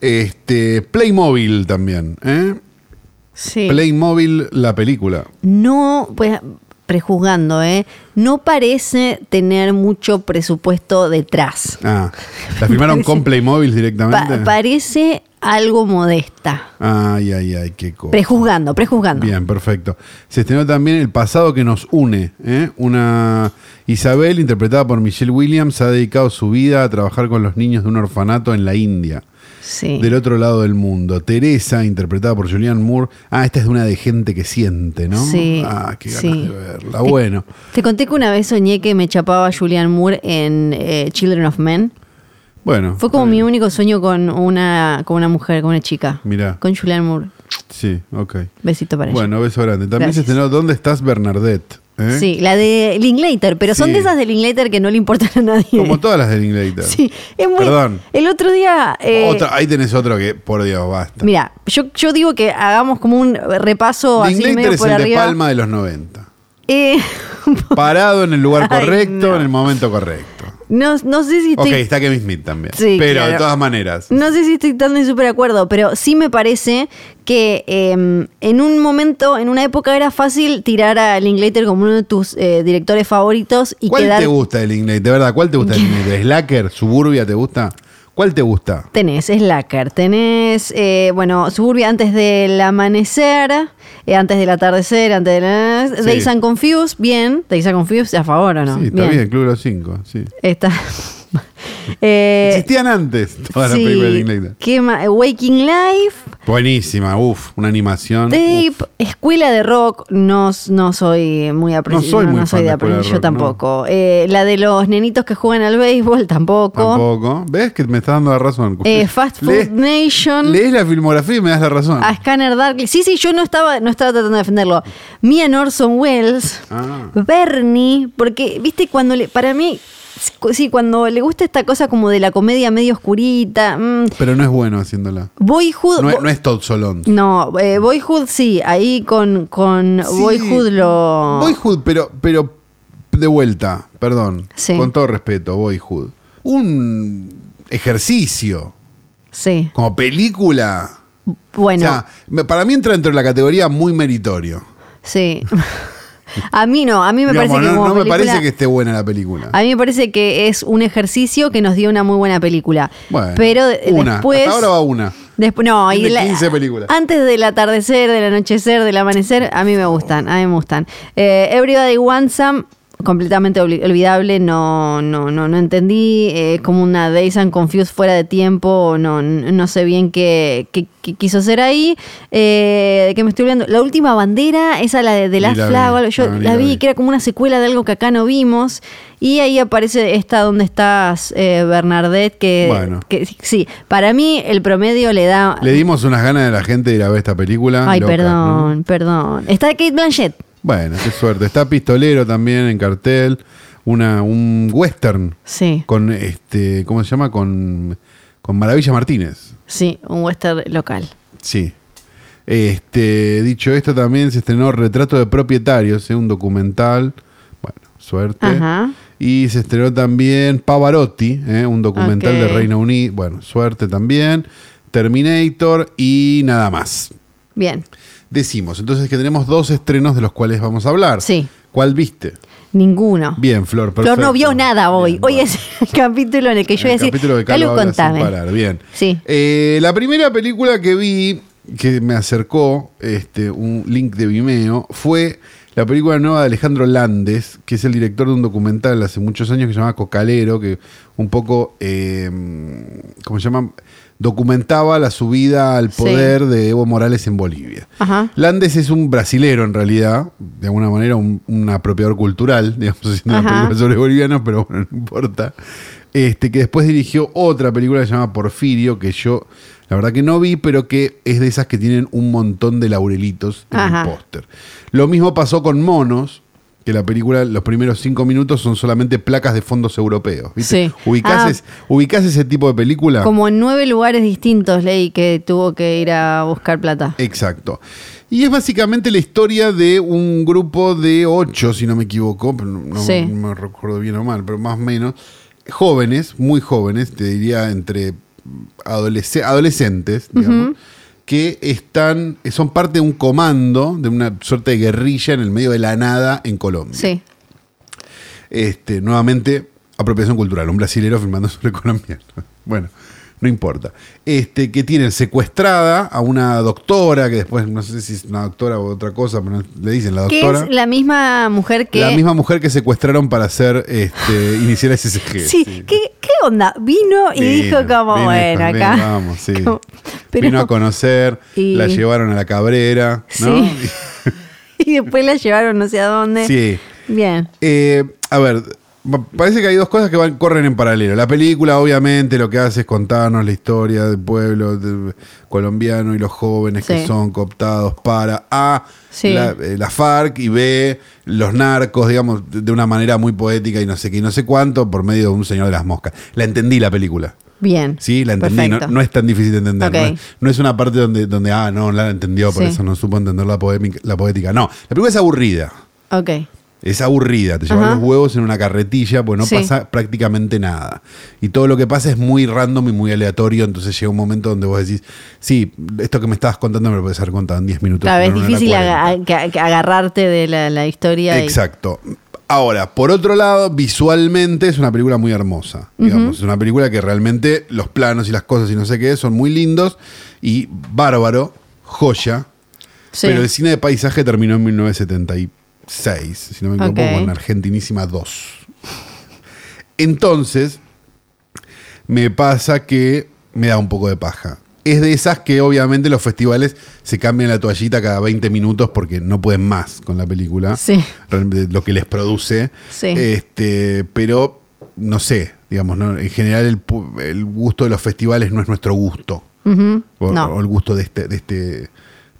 Speaker 1: Este, Playmobil también, ¿eh?
Speaker 2: Sí.
Speaker 1: Playmobil, la película.
Speaker 2: No, pues prejuzgando, ¿eh? No parece tener mucho presupuesto detrás.
Speaker 1: Ah, la
Speaker 2: <laughs>
Speaker 1: firmaron con Playmobil directamente.
Speaker 2: Pa- parece algo modesta.
Speaker 1: ay, ay, ay, qué cosa.
Speaker 2: Prejuzgando, prejuzgando.
Speaker 1: Bien, perfecto. Se estrenó también El pasado que nos une. ¿eh? Una Isabel, interpretada por Michelle Williams, ha dedicado su vida a trabajar con los niños de un orfanato en la India,
Speaker 2: Sí.
Speaker 1: del otro lado del mundo. Teresa, interpretada por Julianne Moore. Ah, esta es de una de gente que siente, ¿no?
Speaker 2: Sí,
Speaker 1: Ah, qué ganas
Speaker 2: sí.
Speaker 1: de verla. Bueno,
Speaker 2: Te conté que una vez soñé que me chapaba Julianne Moore en eh, Children of Men.
Speaker 1: bueno.
Speaker 2: Fue como mi único sueño con una, con una mujer, con una chica.
Speaker 1: Mirá.
Speaker 2: Con Julianne Moore.
Speaker 1: Sí, ok.
Speaker 2: Besito para
Speaker 1: Bueno, beso grande. También
Speaker 2: Gracias.
Speaker 1: se estrenó ¿Dónde estás, Bernadette? ¿eh?
Speaker 2: ella. Sí, la de Linklater, pero son
Speaker 1: Sí.
Speaker 2: de esas de Linklater que no le importan a nadie.
Speaker 1: Como todas las de
Speaker 2: <laughs>
Speaker 1: Linklater.
Speaker 2: Sí, es muy.
Speaker 1: Perdón.
Speaker 2: El otro día. eh,
Speaker 1: Otra- ahí tenés otro que, por Dios, basta.
Speaker 2: Mira, yo, yo digo que hagamos como un repaso así
Speaker 1: Linklater
Speaker 2: medio
Speaker 1: es
Speaker 2: por
Speaker 1: el
Speaker 2: arriba.
Speaker 1: de Palma de los 90.
Speaker 2: Eh, <laughs>
Speaker 1: Parado en el lugar
Speaker 2: Ay,
Speaker 1: correcto,
Speaker 2: no.
Speaker 1: en el momento correcto.
Speaker 2: no, no sé si
Speaker 1: Ok,
Speaker 2: estoy
Speaker 1: está Kevin Smith también.
Speaker 2: Sí,
Speaker 1: pero
Speaker 2: claro.
Speaker 1: de todas maneras.
Speaker 2: No sé si estoy tan en súper acuerdo, pero sí me parece que eh, en un momento, en una época era fácil tirar a Linklater como uno de tus eh, directores favoritos y
Speaker 1: ¿Cuál
Speaker 2: quedar...
Speaker 1: te gusta de Linklater? De verdad, ¿cuál te gusta
Speaker 2: <laughs>
Speaker 1: de Linklater? ¿Slacker? ¿Suburbia te gusta? ¿Cuál te gusta?
Speaker 2: Tenés Slacker, tenés, eh, bueno, Suburbia antes del amanecer, eh, antes del atardecer, antes de...
Speaker 1: Sí.
Speaker 2: Days and Confused, bien. Days and Confused, ¿a favor o no?
Speaker 1: sí, está bien, Club de los Cinco. Sí.
Speaker 2: Está... <laughs> Eh,
Speaker 1: Existían antes todas las
Speaker 2: sí,
Speaker 1: películas de Linklater.
Speaker 2: ¿qué más? Waking Life.
Speaker 1: Buenísima, uff, una animación. uf.
Speaker 2: Tape, escuela de rock, no, no soy muy apreciada.
Speaker 1: No soy muy fan
Speaker 2: de
Speaker 1: de Escuela de
Speaker 2: apreci- yo
Speaker 1: Rock,
Speaker 2: tampoco. Eh, la de los nenitos que juegan al béisbol, tampoco.
Speaker 1: Tampoco. ¿Ves que me estás dando la razón?
Speaker 2: Eh, Fast Food
Speaker 1: Lees-
Speaker 2: Nation.
Speaker 1: Lees la filmografía y me das la razón.
Speaker 2: A Scanner Darkly. Sí, sí, yo no estaba, no estaba tratando de defenderlo. Mia Norson Wells.
Speaker 1: Ah.
Speaker 2: Bernie. Porque, viste, cuando le. Para mí, sí, cuando le gusta esta cosa como de la comedia medio oscurita. mm,
Speaker 1: Pero no es bueno haciéndola.
Speaker 2: Boyhood.
Speaker 1: No, es-
Speaker 2: bo-
Speaker 1: no es Todd Solondz.
Speaker 2: no, eh, Boyhood sí, ahí con, con
Speaker 1: Sí.
Speaker 2: Boyhood lo.
Speaker 1: Boyhood, pero, pero de vuelta, perdón.
Speaker 2: Sí.
Speaker 1: Con todo respeto, Boyhood. Un ejercicio.
Speaker 2: Sí.
Speaker 1: Como película. O
Speaker 2: Bueno,
Speaker 1: sea, me- para mí entra dentro de la categoría muy meritorio.
Speaker 2: sí. <laughs> a mí no, a mí me
Speaker 1: Digamos,
Speaker 2: parece que.
Speaker 1: no,
Speaker 2: como
Speaker 1: no me
Speaker 2: película-
Speaker 1: parece que esté buena la película.
Speaker 2: A mí me parece que es un ejercicio que nos dio una muy buena película.
Speaker 1: Bueno,
Speaker 2: Pero de-
Speaker 1: una.
Speaker 2: después.
Speaker 1: Hasta ahora va una.
Speaker 2: Despu- no, y
Speaker 1: Tiene
Speaker 2: la-
Speaker 1: 15 películas.
Speaker 2: Antes del atardecer, del anochecer, del amanecer, a mí me gustan, a mí me gustan. Eh, Everybody Wants Some, completamente obli- olvidable, no, no, no, no entendí. eh, como una Days and Confused fuera de tiempo, no, n- no sé bien qué, qué- qué quiso hacer ahí. Eh, ¿De qué me estoy olvidando? La última bandera, esa la de, de
Speaker 1: Ni
Speaker 2: Last
Speaker 1: la vi,
Speaker 2: Flag, o algo, yo
Speaker 1: no, ni
Speaker 2: la
Speaker 1: la
Speaker 2: vi,
Speaker 1: vi.
Speaker 2: que era como una secuela de algo que acá no vimos. Y ahí aparece esta donde estás, eh, Bernadette, que,
Speaker 1: Bueno.
Speaker 2: que- sí, para mí el promedio le da
Speaker 1: Le dimos unas ganas de la gente de ir a ver esta película.
Speaker 2: Ay,
Speaker 1: locas, ¿no?
Speaker 2: perdón, perdón. Está Kate Blanchett.
Speaker 1: Bueno, qué suerte. Está Pistolero también en cartel. Una, un western
Speaker 2: Sí,
Speaker 1: con este. ¿Cómo se llama? Con, con Maravilla Martínez.
Speaker 2: sí, un western local.
Speaker 1: Sí. Este, dicho esto, también se estrenó Retrato de Propietarios, ¿eh? un documental. Bueno, suerte.
Speaker 2: Ajá.
Speaker 1: Y se estrenó también Pavarotti, ¿eh? un documental de
Speaker 2: Ok.
Speaker 1: Reino Unido. Bueno, suerte también. Terminator y nada más.
Speaker 2: Bien,
Speaker 1: Decimos entonces que tenemos dos estrenos de los cuales vamos a hablar.
Speaker 2: Sí.
Speaker 1: ¿Cuál viste?
Speaker 2: ninguno.
Speaker 1: Bien, Flor, perfecto.
Speaker 2: Flor no vio nada hoy.
Speaker 1: Bien,
Speaker 2: hoy
Speaker 1: bueno.
Speaker 2: es el <laughs> capítulo en el que yo voy a
Speaker 1: El
Speaker 2: decir,
Speaker 1: capítulo de Carlos
Speaker 2: Calu,
Speaker 1: habla sin
Speaker 2: contame.
Speaker 1: parar, bien.
Speaker 2: Sí.
Speaker 1: Eh, la primera película que vi, que me acercó este, un link de Vimeo, fue la película nueva de Alejandro Landes, que es el director de un documental hace muchos años que se llamaba Cocalero, que un poco, eh, ¿cómo se llama? Documentaba la subida al
Speaker 2: Sí.
Speaker 1: poder de Evo Morales en Bolivia.
Speaker 2: Ajá.
Speaker 1: Landes es un brasilero en realidad, de alguna manera un, un apropiador cultural, <laughs> digamos, haciendo una
Speaker 2: Ajá.
Speaker 1: película sobre bolivianos, pero bueno, no importa. Este, que después dirigió otra película que se llama Porfirio, que yo la verdad que no vi, pero que es de esas que tienen un montón de laurelitos en
Speaker 2: Ajá.
Speaker 1: el póster. Lo mismo pasó con Monos, que la película, los primeros cinco minutos son solamente placas de fondos europeos. ¿viste?
Speaker 2: Sí.
Speaker 1: ¿Ubicás,
Speaker 2: Ah.
Speaker 1: es- ubicás ese tipo de película?
Speaker 2: Como en nueve lugares distintos leí que tuvo que ir a buscar
Speaker 1: Eh,
Speaker 2: plata.
Speaker 1: Exacto. Y es básicamente la historia de un grupo de ocho, si no me equivoco, pero no, no
Speaker 2: Sí.
Speaker 1: me recuerdo bien o mal, pero más o menos, jóvenes, muy jóvenes, te diría entre adolesc- adolescentes, digamos, que están, son parte de un comando, de una suerte de guerrilla en el medio de la nada en Colombia.
Speaker 2: Sí,
Speaker 1: Este, nuevamente, apropiación cultural, un brasilero filmando sobre colombiano. Bueno, no importa. Este, que tienen secuestrada a una doctora, que después no sé si es una doctora o otra cosa, pero no- le dicen la
Speaker 2: que
Speaker 1: doctora.
Speaker 2: es la misma mujer que...
Speaker 1: La misma mujer que secuestraron para hacer este, <laughs> iniciar ese
Speaker 2: Sí, ¿Qué, qué onda? Vino y dijo como, bueno, acá.
Speaker 1: vamos, sí.
Speaker 2: <laughs> Como- pero-
Speaker 1: Vino a conocer,
Speaker 2: Y-
Speaker 1: la llevaron a la cabrera, ¿no?
Speaker 2: Sí. <laughs> y después la llevaron no sé a dónde.
Speaker 1: <laughs> sí.
Speaker 2: Bien.
Speaker 1: Eh, a ver, pa- parece que hay dos cosas que van, corren en paralelo. La película, obviamente, lo que hace es contarnos la historia del pueblo de- colombiano y los jóvenes que
Speaker 2: Sí.
Speaker 1: son cooptados para A,
Speaker 2: Sí.
Speaker 1: la, eh, la FARC y B, los narcos, digamos, de de una manera muy poética y no sé qué, y no sé cuánto, por medio de un señor de las moscas. La entendí la película.
Speaker 2: Bien.
Speaker 1: Sí, la entendí. No,
Speaker 2: Perfecto.
Speaker 1: no es tan difícil de entender.
Speaker 2: Ok.
Speaker 1: No, es, no es una parte donde, donde, ah, no, la entendió, por
Speaker 2: Sí.
Speaker 1: eso no supo entender la, poémica- la poética. No, la película es aburrida.
Speaker 2: Ok.
Speaker 1: Es aburrida, te llevan
Speaker 2: Ajá.
Speaker 1: los huevos en una carretilla, pues no
Speaker 2: Sí.
Speaker 1: pasa prácticamente nada. Y todo lo que pasa es muy random y muy aleatorio, entonces llega un momento donde vos decís, sí, esto que me estabas contando me lo puedes haber contado en 10 minutos.
Speaker 2: Claro,
Speaker 1: no
Speaker 2: es
Speaker 1: en una hora
Speaker 2: difícil
Speaker 1: 40".
Speaker 2: aga- que- que agarrarte de la, la historia. y-
Speaker 1: Exacto. Ahora, por otro lado, visualmente es una película muy hermosa. Digamos, es una película que realmente los planos y las cosas y no sé qué son muy lindos y bárbaro, joya.
Speaker 2: Sí.
Speaker 1: Pero el cine de paisaje terminó en 1976, si no me equivoco,
Speaker 2: Ok.
Speaker 1: con Argentinísima 2. Entonces, me pasa que me da un poco de paja. Es de esas que obviamente los festivales se cambian la toallita cada 20 minutos porque no pueden más con la película.
Speaker 2: Sí.
Speaker 1: Realmente Lo que les produce.
Speaker 2: Sí.
Speaker 1: Este, pero no sé, digamos, ¿no? en general el, pu- el gusto de los festivales no es nuestro gusto.
Speaker 2: Ujú,
Speaker 1: O,
Speaker 2: No.
Speaker 1: o el gusto de este, de este, de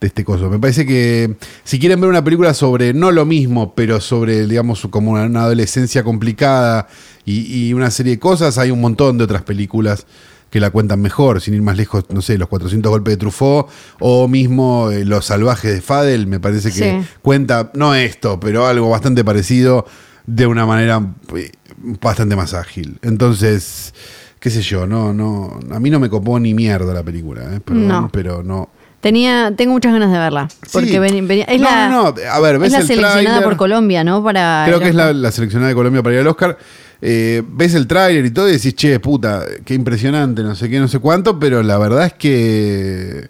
Speaker 1: de este coso. Me parece que si quieren ver una película sobre, no lo mismo, pero sobre, digamos, como una, una adolescencia complicada y, y una serie de cosas, hay un montón de otras películas que la cuentan mejor, sin ir más lejos, no sé, los 400 golpes de Truffaut o mismo eh, Los salvajes de Fadel, me parece que
Speaker 2: Sí.
Speaker 1: cuenta, no esto, pero algo bastante parecido de una manera eh, bastante más ágil. Entonces, qué sé yo, no, no, a mí no me copó ni mierda la película, eh, perdón,
Speaker 2: No.
Speaker 1: pero no.
Speaker 2: Tenía, tengo muchas ganas de verla. Porque
Speaker 1: Sí.
Speaker 2: veni- venía- es
Speaker 1: No,
Speaker 2: la,
Speaker 1: no, no, a ver, ves
Speaker 2: es la
Speaker 1: el
Speaker 2: seleccionada
Speaker 1: tráiler.
Speaker 2: por Colombia, ¿no? Para
Speaker 1: Creo que es la, la seleccionada de Colombia para ir al Oscar. Eh, ves el tráiler y todo y decís, che, puta, qué impresionante, no sé qué, no sé cuánto, pero la verdad es que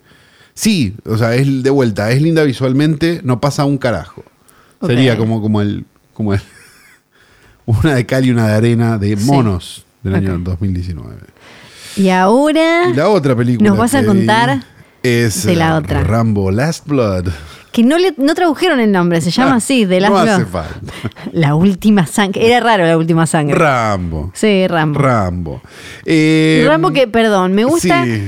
Speaker 1: sí, o sea, es de vuelta, es linda visualmente, no pasa un carajo.
Speaker 2: Ok.
Speaker 1: Sería como, como el, como el- <laughs> una de cal y una de arena de
Speaker 2: Sí.
Speaker 1: monos del año
Speaker 2: Ok.
Speaker 1: 2019.
Speaker 2: Y ahora
Speaker 1: Y la otra película.
Speaker 2: Nos vas a
Speaker 1: que
Speaker 2: contar
Speaker 1: vi es
Speaker 2: de la
Speaker 1: eh,
Speaker 2: otra.
Speaker 1: Rambo Last Blood.
Speaker 2: que no le no tradujeron el nombre, se llama así, de las
Speaker 1: Ah, No hace falta.
Speaker 2: <laughs> La última sangre. Era raro la última sangre.
Speaker 1: Rambo.
Speaker 2: sí, Rambo.
Speaker 1: Rambo. Eh,
Speaker 2: Rambo que, perdón, me gusta.
Speaker 1: sí.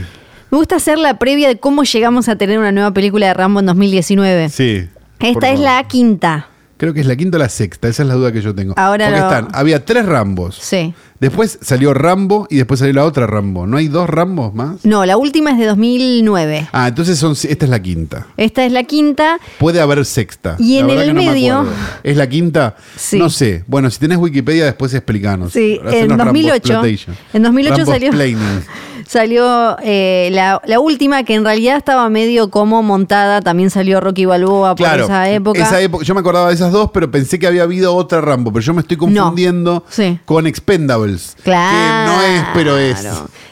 Speaker 2: Me gusta hacer la previa de cómo llegamos a tener una nueva película de Rambo en 2019.
Speaker 1: Sí. por
Speaker 2: Esta es
Speaker 1: favor.
Speaker 2: la quinta.
Speaker 1: Creo que es la quinta o la sexta, esa es la duda que yo tengo.
Speaker 2: Ahora
Speaker 1: Porque
Speaker 2: lo-
Speaker 1: están, había tres Rambos.
Speaker 2: Sí.
Speaker 1: Después salió Rambo y después salió la otra Rambo. ¿No hay dos Rambos más?
Speaker 2: No, la última es de 2009.
Speaker 1: Ah, entonces son, esta es la quinta.
Speaker 2: Esta es la quinta.
Speaker 1: Puede haber sexta.
Speaker 2: Y
Speaker 1: La
Speaker 2: en
Speaker 1: verdad
Speaker 2: el
Speaker 1: que no me
Speaker 2: medio-
Speaker 1: acuerdo. ¿Es la quinta?
Speaker 2: Sí.
Speaker 1: No sé. Bueno, si tenés Wikipedia, después explicanos.
Speaker 2: Sí,
Speaker 1: Hacenos
Speaker 2: en
Speaker 1: Rambo
Speaker 2: 2008.
Speaker 1: exploitation.
Speaker 2: En 2008
Speaker 1: Rambo
Speaker 2: salió,
Speaker 1: explaining.
Speaker 2: salió eh, la, la última que en realidad estaba medio como montada. También salió Rocky Balboa
Speaker 1: Claro.
Speaker 2: por esa época.
Speaker 1: esa época- Yo me acordaba de esas dos, pero pensé que había habido otra Rambo. Pero yo me estoy confundiendo
Speaker 2: Sí.
Speaker 1: con Expendables.
Speaker 2: Claro.
Speaker 1: Que no es, pero es.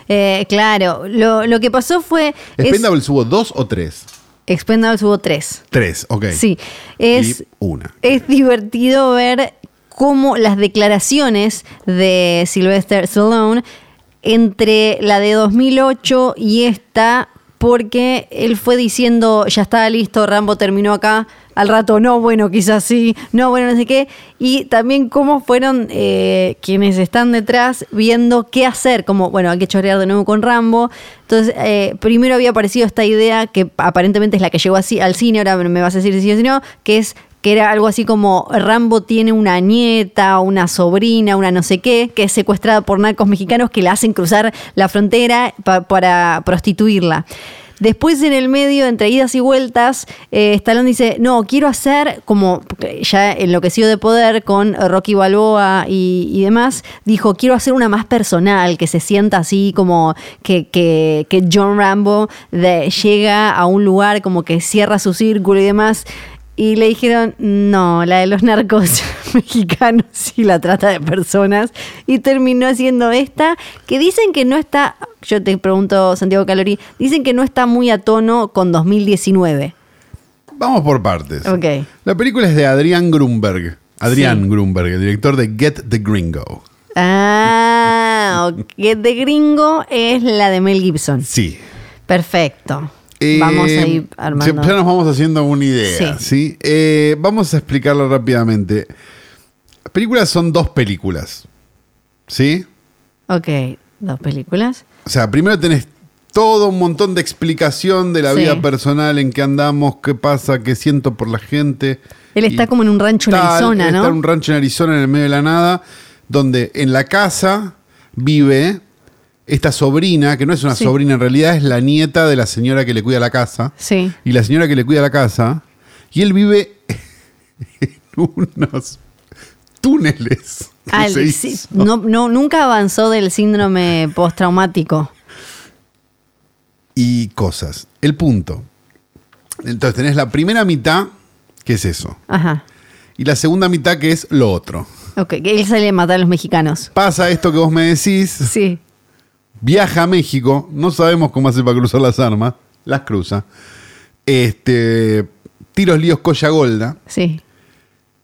Speaker 2: Eh, claro. Lo, lo que pasó fue. es-
Speaker 1: ¿Expendables hubo dos o tres?
Speaker 2: Expendables hubo tres.
Speaker 1: Tres, ok.
Speaker 2: Sí, es,
Speaker 1: Y una.
Speaker 2: es divertido ver cómo las declaraciones de Sylvester Stallone entre la de 2008 y esta, porque él fue diciendo, ya está listo, Rambo terminó acá, al rato no, bueno, quizás sí, no, bueno, no sé qué, y también cómo fueron eh, quienes están detrás viendo qué hacer, como, bueno, hay que chorear de nuevo con Rambo, entonces eh, primero había aparecido esta idea que aparentemente es la que llegó así al cine, ahora me vas a decir si sí o si no, que es que era algo así como Rambo tiene una nieta, una sobrina, una no sé qué, que es secuestrada por narcos mexicanos que la hacen cruzar la frontera pa- para prostituirla. Después en el medio, entre idas y vueltas, eh, Stallone dice, no, quiero hacer, como ya enloquecido de poder con Rocky Balboa y, y demás, dijo, quiero hacer una más personal, que se sienta así como que, que- que John Rambo de- llega a un lugar, como que cierra su círculo y demás. Y le dijeron, no, la de los narcos <laughs> mexicanos y la trata de personas. Y terminó haciendo esta, que dicen que no está, yo te pregunto, Santiago Calori, dicen que no está muy a tono con 2019.
Speaker 1: Vamos por partes.
Speaker 2: Ok.
Speaker 1: La película es de Adrián Grunberg. Adrián
Speaker 2: Sí.
Speaker 1: Grunberg, el director de Get the Gringo.
Speaker 2: Ah, que de gringo es la de Mel Gibson.
Speaker 1: Sí.
Speaker 2: Perfecto.
Speaker 1: Eh,
Speaker 2: Vamos a ir
Speaker 1: Ya, ya
Speaker 2: armando.
Speaker 1: nos vamos haciendo una idea,
Speaker 2: Sí.
Speaker 1: ¿sí? Eh, vamos a explicarlo rápidamente. Películas son dos películas, ¿sí?
Speaker 2: Ok, dos películas.
Speaker 1: O sea, primero tenés todo un montón de explicación de la
Speaker 2: Sí.
Speaker 1: vida personal, en qué andamos, qué pasa, qué siento por la gente.
Speaker 2: Él está
Speaker 1: Y
Speaker 2: como en un rancho en
Speaker 1: está-
Speaker 2: Arizona,
Speaker 1: está
Speaker 2: ¿no?
Speaker 1: en un rancho en Arizona, en el medio de la nada, donde en la casa vive esta sobrina, que no es una
Speaker 2: Sí.
Speaker 1: sobrina, en realidad es la nieta de la señora que le cuida la casa.
Speaker 2: Sí.
Speaker 1: Y la señora que le cuida la casa, y él vive <laughs> en unos túneles. que
Speaker 2: Ah,
Speaker 1: se
Speaker 2: el- sí,
Speaker 1: hizo.
Speaker 2: no, no, nunca avanzó del síndrome postraumático.
Speaker 1: y cosas. El punto. Entonces tenés la primera mitad, que es eso,
Speaker 2: Ajá.
Speaker 1: y la segunda mitad, que es lo otro.
Speaker 2: Ok, que él sale a matar a los mexicanos.
Speaker 1: <laughs> Pasa esto que vos me decís,
Speaker 2: Sí.
Speaker 1: viaja a México, no sabemos cómo hace para cruzar las armas, las cruza. Este, tiros líos Colla Golda,
Speaker 2: Sí.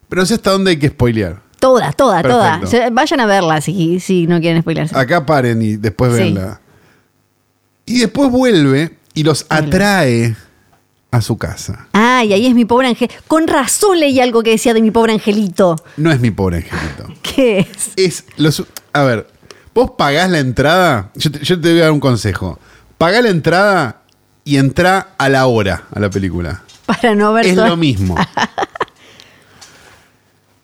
Speaker 1: pero no sé hasta dónde hay que spoilear.
Speaker 2: Toda, toda, toda.
Speaker 1: Perfecto.
Speaker 2: Se- Vayan a verla si, si no quieren spoilarse.
Speaker 1: Acá paren y después
Speaker 2: Sí.
Speaker 1: verla. Y después vuelve y los atrae a su casa.
Speaker 2: Ah, y ahí es mi pobre ángel. Con razón leí algo que decía de mi pobre angelito. <laughs>
Speaker 1: No es mi pobre angelito.
Speaker 2: ¿Qué es?
Speaker 1: Es los. A ver, vos pagás la entrada. Yo te, yo te voy a dar un consejo. Pagá la entrada y y entra a la hora a la película.
Speaker 2: Para no ver
Speaker 1: Es
Speaker 2: toda-
Speaker 1: lo mismo.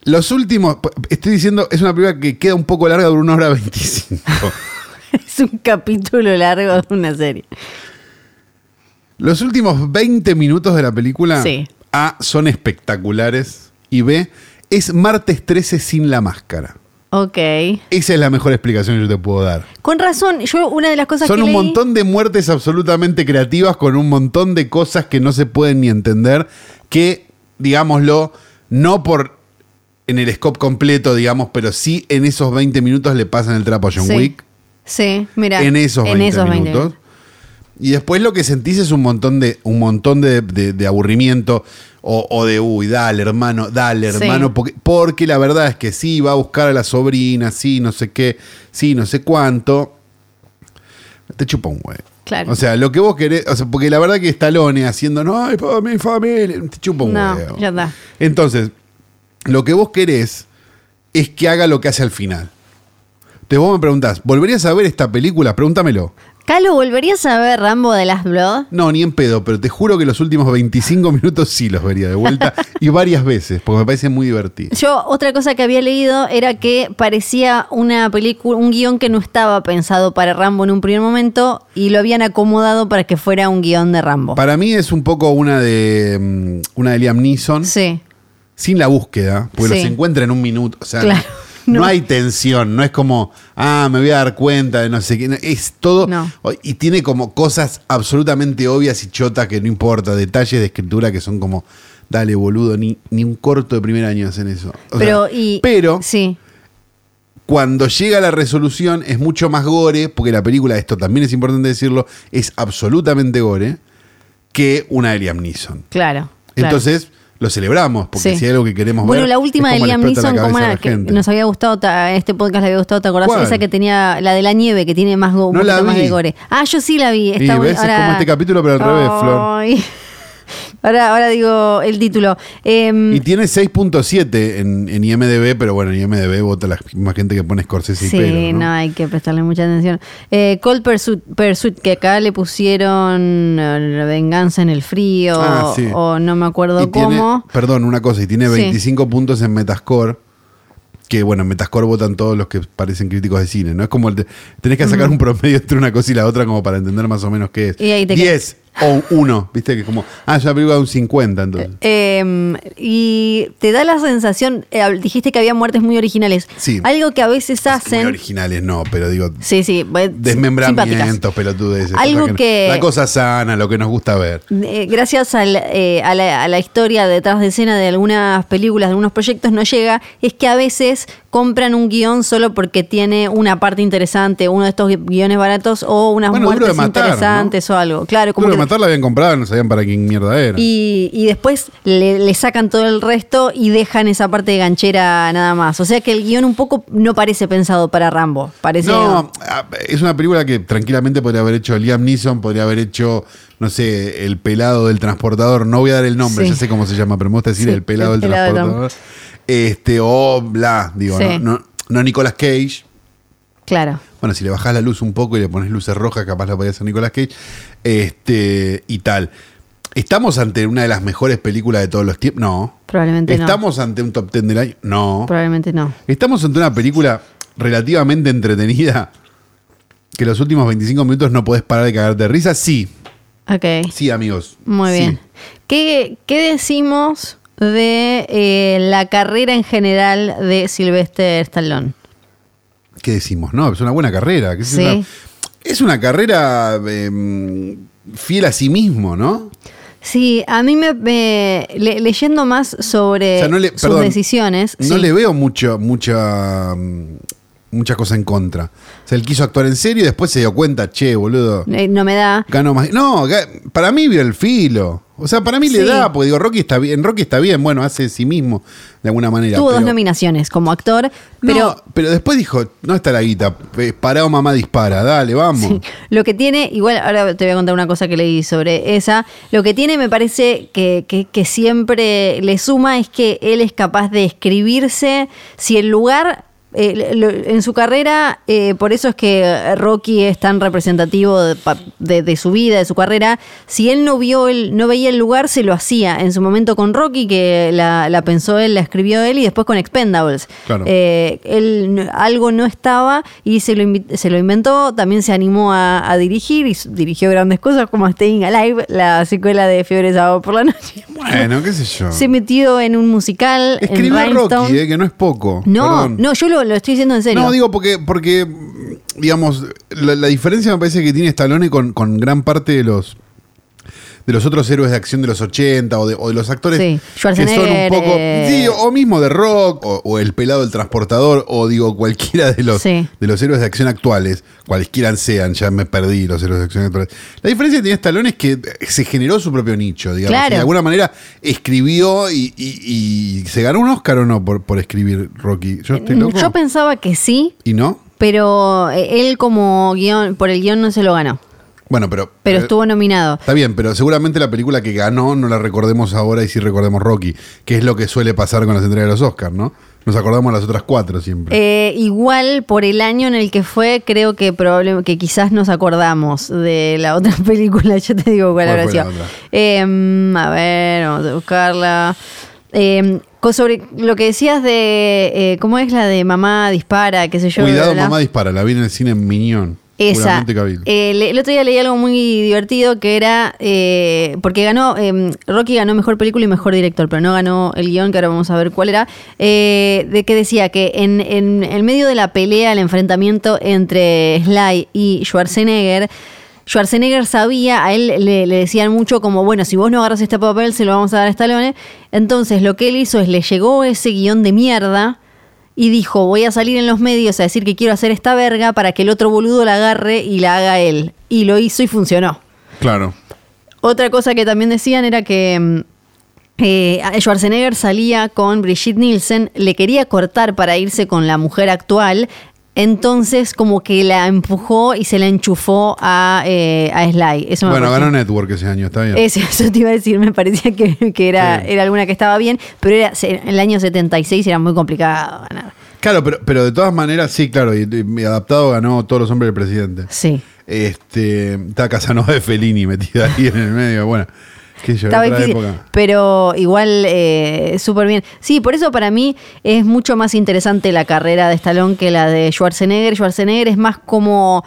Speaker 1: Los últimos, estoy diciendo, es una película que queda un poco larga, dura una hora 25.
Speaker 2: <laughs> Es un capítulo largo de una serie.
Speaker 1: Los últimos 20 minutos de la película
Speaker 2: Sí.
Speaker 1: A son espectaculares y B es martes 13 sin la máscara.
Speaker 2: Ok.
Speaker 1: Esa es la mejor explicación que yo te puedo dar.
Speaker 2: Con razón, yo una de las cosas
Speaker 1: Son
Speaker 2: que
Speaker 1: un
Speaker 2: leí-
Speaker 1: montón de muertes absolutamente creativas con un montón de cosas que no se pueden ni entender, que, digámoslo, no por en el scope completo, digamos, pero sí en esos 20 minutos le pasan el trapo a John
Speaker 2: sí.
Speaker 1: Wick.
Speaker 2: Sí, mira.
Speaker 1: en esos 20 minutos. Y después lo que sentís es un montón de, un montón de, de- de aburrimiento o, o de, uy, dale hermano, dale
Speaker 2: Sí.
Speaker 1: hermano, porque, porque la verdad es que sí, va a buscar a la sobrina, sí, no sé qué, sí, no sé cuánto. Te chupa un huevo.
Speaker 2: Claro.
Speaker 1: O sea, lo que vos querés, o sea, porque la verdad que Stallone haciendo, no, es para mi familia, te chupa un
Speaker 2: No,
Speaker 1: huevo.
Speaker 2: ya está.
Speaker 1: Entonces, lo que vos querés es que haga lo que hace al final. Te vos me preguntás, ¿volverías a ver esta película? Pregúntamelo.
Speaker 2: Calo, ¿volverías a ver Rambo de Last Blood?
Speaker 1: No, ni en pedo, pero te juro que los últimos 25 <laughs> minutos sí los vería de vuelta y varias veces, porque me parece muy divertido.
Speaker 2: Yo, otra cosa que había leído era que parecía una película, un guión que no estaba pensado para Rambo en un primer momento y lo habían acomodado para que fuera un guión de Rambo.
Speaker 1: Para mí es un poco una de mm, una de Liam Neeson,
Speaker 2: Sí.
Speaker 1: sin la búsqueda, porque
Speaker 2: Sí.
Speaker 1: los encuentra en un minuto. O sea,
Speaker 2: Claro,
Speaker 1: no.
Speaker 2: no.
Speaker 1: hay tensión, no es como, ah, me voy a dar cuenta de no sé qué. no, Es todo.
Speaker 2: No.
Speaker 1: Y tiene como cosas absolutamente obvias y chotas que no importa, detalles de escritura que son como, dale, boludo, ni, ni un corto de primer año hacen eso. O
Speaker 2: pero,
Speaker 1: sea,
Speaker 2: y,
Speaker 1: pero
Speaker 2: Sí.
Speaker 1: Cuando llega la resolución es mucho más gore, porque la película, esto también es importante decirlo, es absolutamente gore, que una de Liam Neeson.
Speaker 2: Claro. claro.
Speaker 1: Entonces, lo celebramos, porque
Speaker 2: Sí.
Speaker 1: si hay algo que queremos
Speaker 2: Bueno,
Speaker 1: ver.
Speaker 2: la última
Speaker 1: es
Speaker 2: de
Speaker 1: cómo le
Speaker 2: Liam
Speaker 1: explota la
Speaker 2: Neeson,
Speaker 1: cabeza
Speaker 2: como
Speaker 1: a la
Speaker 2: la que
Speaker 1: gente.
Speaker 2: nos había gustado, ta- a este podcast le había gustado, ¿te acordás?
Speaker 1: ¿Cuál?
Speaker 2: Esa que tenía, la de la nieve, que tiene más go, un
Speaker 1: No la
Speaker 2: poquito más
Speaker 1: vi.
Speaker 2: de gore. Ah, yo sí la vi.
Speaker 1: Y
Speaker 2: Está
Speaker 1: ves,
Speaker 2: bueno.
Speaker 1: es como
Speaker 2: Ahora-
Speaker 1: este capítulo, pero al revés, Flor.
Speaker 2: Ay. <laughs> Ahora, ahora digo el título. Em,
Speaker 1: Y tiene 6.7 en, en IMDB, pero bueno, en IMDB vota la misma gente que pone Scorsese y
Speaker 2: Sí, ¿no?
Speaker 1: Pelo, ¿no?
Speaker 2: hay que prestarle mucha atención. Eh, Cold Pursuit, Pursuit, que acá le pusieron eh, Venganza en el Frío,
Speaker 1: Ah, sí.
Speaker 2: o no me acuerdo
Speaker 1: Y tiene-
Speaker 2: cómo.
Speaker 1: perdón, una cosa, y tiene
Speaker 2: Sí.
Speaker 1: 25 puntos en Metascore. Que bueno, en Metascore votan todos los que parecen críticos de cine, ¿no? Es como el te- tenés que sacar un promedio entre una cosa y la otra como para entender más o menos qué es.
Speaker 2: Y ahí te
Speaker 1: 10 o 1, ¿viste? Que es como, ah, es una película de un 50, entonces.
Speaker 2: Eh, y te da la sensación, eh, hab- dijiste que había muertes muy originales.
Speaker 1: Sí.
Speaker 2: Algo que a veces
Speaker 1: Muy
Speaker 2: hacen.
Speaker 1: originales, no, pero digo,
Speaker 2: Sí, sí, eh, simpáticas.
Speaker 1: desmembramientos, pelotudeces. cosas
Speaker 2: Algo
Speaker 1: no-
Speaker 2: que-
Speaker 1: La cosa sana, lo que nos gusta ver.
Speaker 2: Eh, gracias al, eh, a, la, a la historia detrás de escena de algunas películas, de algunos proyectos, no llega, es que a veces compran un guión solo porque tiene una parte interesante, uno de estos gui- guiones baratos o unas
Speaker 1: Bueno, Duro de
Speaker 2: muertes
Speaker 1: Matar,
Speaker 2: interesantes o algo. Claro, como
Speaker 1: Como
Speaker 2: que-
Speaker 1: matar la habían comprado, no sabían para quién mierda era.
Speaker 2: y, y después le, le sacan todo el resto y dejan esa parte de ganchera nada más. O sea que el guión un poco no parece pensado para Rambo. Parece
Speaker 1: No, ah, es una película que tranquilamente podría haber hecho Liam Neeson, podría haber hecho, no sé, El pelado del transportador. No voy a dar el nombre,
Speaker 2: Sí.
Speaker 1: ya sé cómo se llama, pero me gusta decir
Speaker 2: Sí,
Speaker 1: El pelado
Speaker 2: El
Speaker 1: del
Speaker 2: pelado del
Speaker 1: transportador. Este, o bla, digo,
Speaker 2: Sí.
Speaker 1: no, no, no Nicolas Cage.
Speaker 2: claro.
Speaker 1: Bueno, si le bajás la luz un poco y le pones luces rojas, capaz la podía hacer Nicolas Cage. Este, y tal. ¿Estamos ante una de las mejores películas de todos los tiempos? No.
Speaker 2: Probablemente no.
Speaker 1: ¿Estamos ante un top 10 del año? No.
Speaker 2: Probablemente no.
Speaker 1: Estamos ante una película relativamente entretenida. Que los últimos 25 minutos no podés parar de cagarte de risa. Sí,
Speaker 2: Ok.
Speaker 1: sí, amigos.
Speaker 2: Muy
Speaker 1: Sí.
Speaker 2: bien. ¿Qué, qué decimos de eh, la carrera en general de Sylvester Stallone?
Speaker 1: ¿Qué decimos? No, es una buena carrera. que es
Speaker 2: Sí.
Speaker 1: una- Es una carrera eh, fiel a sí mismo, ¿no?
Speaker 2: Sí, a mí me, me- le- leyendo más sobre
Speaker 1: O sea, no le-
Speaker 2: sus
Speaker 1: perdón,
Speaker 2: decisiones.
Speaker 1: No
Speaker 2: sí.
Speaker 1: le veo mucho, mucha, mm, mucha cosa en contra. O sea, él quiso actuar en serio y después se dio cuenta, che, boludo.
Speaker 2: Eh, no me da.
Speaker 1: Ganó más. No, ga- para mí vio el filo. O sea, para mí le
Speaker 2: Sí.
Speaker 1: da, porque digo, Rocky está bien, Rocky está bien, bueno, hace de sí mismo de alguna manera.
Speaker 2: Tuvo dos
Speaker 1: pero-
Speaker 2: nominaciones como actor,
Speaker 1: No,
Speaker 2: pero
Speaker 1: pero después dijo, no está la guita, eh, pará o mamá dispara, dale, vamos.
Speaker 2: Sí. Lo que tiene, igual ahora te voy a contar una cosa que leí sobre esa. Lo que tiene, me parece que, que- que siempre le suma es que él es capaz de escribirse. Si el lugar eh, lo- en su carrera, eh, por eso es que Rocky es tan representativo de, pa- de- de su vida, de su carrera. Si él no vio el, no veía el lugar, se lo hacía en su momento con Rocky, que la, la pensó él, la escribió él, y después con Expendables.
Speaker 1: Claro.
Speaker 2: Eh, él n- algo no estaba y se lo, invi- se lo inventó. También se animó a, a dirigir y s- dirigió grandes cosas como Staying Alive, la secuela de Fiebre de Sábado por la Noche.
Speaker 1: Bueno, qué sé yo.
Speaker 2: Se metió en un musical. en
Speaker 1: Ah. Escribió Rocky,
Speaker 2: Rhinestone.
Speaker 1: eh, que no es poco.
Speaker 2: No,
Speaker 1: Perdón.
Speaker 2: no, yo lo, lo estoy diciendo en serio.
Speaker 1: No, digo porque, porque digamos, la, la diferencia me parece que tiene Stallone con, con gran parte de los de los otros héroes de acción de los 80 o de, o de los actores
Speaker 2: Sí,
Speaker 1: que son un
Speaker 2: Schwarzenegger,
Speaker 1: poco...
Speaker 2: eh.
Speaker 1: Sí, o mismo de rock, o, o el pelado del transportador, o digo cualquiera de los,
Speaker 2: Sí.
Speaker 1: de los héroes de acción actuales, cualquiera sean, ya me perdí los héroes de acción actuales. La diferencia que tiene Stallone es que se generó su propio nicho, digamos.
Speaker 2: Claro.
Speaker 1: y de alguna manera escribió y, y- y se ganó un Oscar o no por, por escribir Rocky. Yo estoy loco.
Speaker 2: Mm, Yo pensaba que sí,
Speaker 1: ¿Y no?
Speaker 2: pero eh, él como guión, por el guión no se lo ganó,
Speaker 1: Bueno, pero.
Speaker 2: pero
Speaker 1: eh,
Speaker 2: estuvo nominado.
Speaker 1: Está bien, pero seguramente la película que ganó no la recordemos ahora y sí recordemos Rocky, que es lo que suele pasar con las entregas de los Oscars, ¿no? Nos acordamos las otras cuatro siempre.
Speaker 2: Eh, igual por el año en el que fue, creo que probable, que quizás nos acordamos de la otra <laughs> película, yo te digo cuál
Speaker 1: ¿Cuál
Speaker 2: habrá
Speaker 1: fue la
Speaker 2: sido.
Speaker 1: otra?
Speaker 2: Eh, a ver, vamos a buscarla. Eh, co- sobre lo que decías de eh, cómo es la de mamá dispara, qué sé yo.
Speaker 1: Cuidado,
Speaker 2: bla, bla, bla.
Speaker 1: mamá dispara, la vi en el cine en Minión.
Speaker 2: Esa.
Speaker 1: Seguramente Cabil.
Speaker 2: Eh, le- el otro día leí algo muy divertido que era. eh, porque ganó. eh, Rocky ganó mejor película y mejor director, pero no ganó el guión, que ahora vamos a ver cuál era. eh, de que decía que en, en el medio de la pelea, el enfrentamiento entre Sly y Schwarzenegger. Schwarzenegger sabía, a él le, le decían mucho como, bueno, si vos no agarras este papel, se lo vamos a dar a Stallone. Entonces lo que él hizo es le llegó ese guión de mierda y dijo, voy a salir en los medios a decir que quiero hacer esta verga para que el otro boludo la agarre y la haga él. Y lo hizo y funcionó.
Speaker 1: Claro.
Speaker 2: Otra cosa que también decían era que mm, eh, Schwarzenegger salía con Brigitte Nielsen, le quería cortar para irse con la mujer actual. Entonces, como que la empujó y se la enchufó a, eh, a Sly. Eso me
Speaker 1: Bueno,
Speaker 2: pareció-
Speaker 1: ganó Network ese año, está
Speaker 2: <laughs>
Speaker 1: bien.
Speaker 2: eso, eso te iba a decir, me parecía que, que era,
Speaker 1: Sí.
Speaker 2: era alguna que estaba bien, pero era se- en el año 76 era muy complicado ganar.
Speaker 1: Claro, pero, pero de todas maneras, sí, claro, y, y adaptado ganó todos los hombres del presidente.
Speaker 2: Sí.
Speaker 1: Este, está Casanova de Fellini metida ahí en el medio, bueno. Qué sé yo,
Speaker 2: Estaba
Speaker 1: otra
Speaker 2: difícil,
Speaker 1: época.
Speaker 2: pero igual eh, súper bien. Sí, por eso para mí es mucho más interesante la carrera de Stallone que la de Schwarzenegger. Schwarzenegger es más como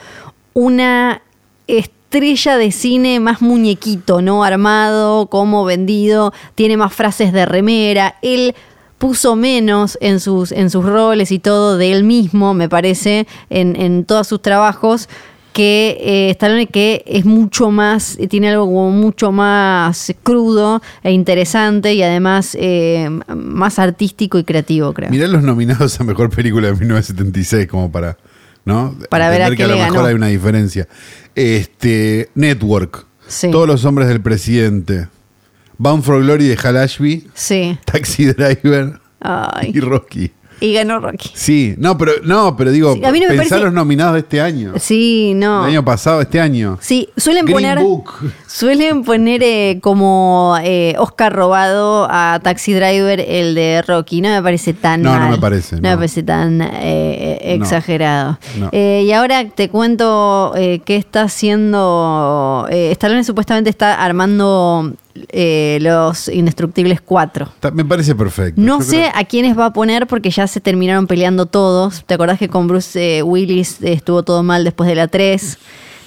Speaker 2: una estrella de cine más muñequito, ¿no? Armado, como vendido, tiene más frases de remera, él puso menos en sus, en sus roles y todo de él mismo, me parece, en, en todos sus trabajos que eh, Stallone que es mucho más, eh, tiene algo como mucho más crudo e interesante y además eh, m- más artístico y creativo, creo.
Speaker 1: Mirá los nominados a mejor película de 1976, como para. ¿No?
Speaker 2: Para ver a qué
Speaker 1: Entender que a lo
Speaker 2: le
Speaker 1: mejor
Speaker 2: ganó.
Speaker 1: hay una diferencia. Este. Network.
Speaker 2: Sí.
Speaker 1: Todos los hombres del presidente. Bound for Glory de Hal Ashby. <laughs>
Speaker 2: Sí.
Speaker 1: Taxi Driver.
Speaker 2: Ay.
Speaker 1: Y Rocky.
Speaker 2: Y ganó Rocky.
Speaker 1: Sí, no, pero, no, pero digo,
Speaker 2: Sí, a mí no me
Speaker 1: pensá
Speaker 2: parece-
Speaker 1: los nominados de este año.
Speaker 2: Sí, no.
Speaker 1: El año pasado, este año.
Speaker 2: Sí, suelen
Speaker 1: Green
Speaker 2: poner.
Speaker 1: Book.
Speaker 2: Suelen poner eh, como eh, Oscar robado a Taxi Driver el de Rocky. No me parece tan.
Speaker 1: No, no
Speaker 2: mal.
Speaker 1: me parece,
Speaker 2: No,
Speaker 1: no.
Speaker 2: me parece tan eh, eh,
Speaker 1: No.
Speaker 2: exagerado.
Speaker 1: No.
Speaker 2: Eh, y ahora te cuento eh, qué está haciendo. eh, Stallone supuestamente está armando eh, los Indestructibles 4.
Speaker 1: Está- me parece perfecto.
Speaker 2: No
Speaker 1: Yo
Speaker 2: sé
Speaker 1: creo-
Speaker 2: a quiénes va a poner porque ya se terminaron peleando todos. ¿Te acordás que con Bruce eh, Willis eh, estuvo todo mal después de la 3?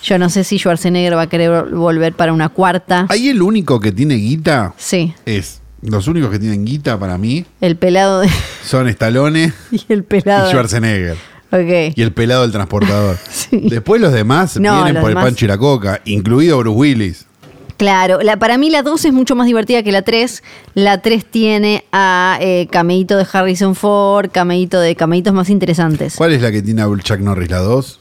Speaker 2: Yo no sé si Schwarzenegger va a querer vol- volver para una cuarta.
Speaker 1: Ahí el único que tiene guita
Speaker 2: Sí,
Speaker 1: es. Los únicos que tienen guita para mí
Speaker 2: el pelado de- <laughs>
Speaker 1: son Stallone
Speaker 2: y el
Speaker 1: y
Speaker 2: pelado.
Speaker 1: Schwarzenegger.
Speaker 2: Ok.
Speaker 1: Y el pelado del transportador.
Speaker 2: <laughs> Sí.
Speaker 1: Después los demás
Speaker 2: No,
Speaker 1: vienen
Speaker 2: los
Speaker 1: por
Speaker 2: demás-
Speaker 1: el pancho y la coca, incluido Bruce Willis.
Speaker 2: Claro, la, para mí la 2 es mucho más divertida que la 3. La 3 tiene a eh, cameíto de Harrison Ford, cameíto de cameitos más interesantes.
Speaker 1: ¿Cuál es la que tiene a Chuck Norris? ¿La 2?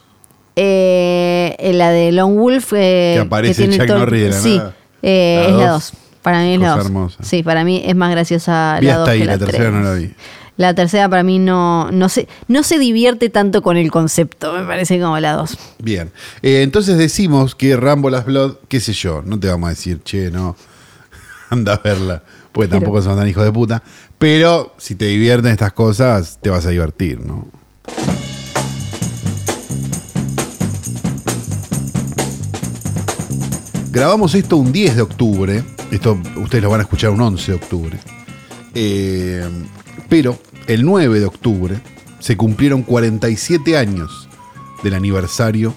Speaker 2: Eh, eh, la de Lone Wolf. eh,
Speaker 1: Que aparece
Speaker 2: tiene
Speaker 1: Chuck
Speaker 2: todo-
Speaker 1: Norris de la
Speaker 2: Sí,
Speaker 1: nada.
Speaker 2: eh,
Speaker 1: La
Speaker 2: es la
Speaker 1: dos.
Speaker 2: 2. Para mí es la
Speaker 1: Cosa
Speaker 2: 2.
Speaker 1: hermosa.
Speaker 2: Sí, para mí es más graciosa
Speaker 1: Vi
Speaker 2: la
Speaker 1: hasta
Speaker 2: 2
Speaker 1: ahí,
Speaker 2: que
Speaker 1: la
Speaker 2: la
Speaker 1: tercera
Speaker 2: tres.
Speaker 1: no la vi.
Speaker 2: La tercera para mí no, no, se, no se divierte tanto con el concepto, me parece como la 2.
Speaker 1: Bien. Eh, entonces decimos que Rambo Las Blood, qué sé yo, no te vamos a decir, che, no, <laughs> anda a verla, porque
Speaker 2: Pero-
Speaker 1: tampoco son tan hijos de puta. Pero si te divierten estas cosas, te vas a divertir, ¿no? Grabamos esto un 10 de octubre. Esto ustedes lo van a escuchar un 11 de octubre. Eh, pero el 9 de octubre se cumplieron 47 años del aniversario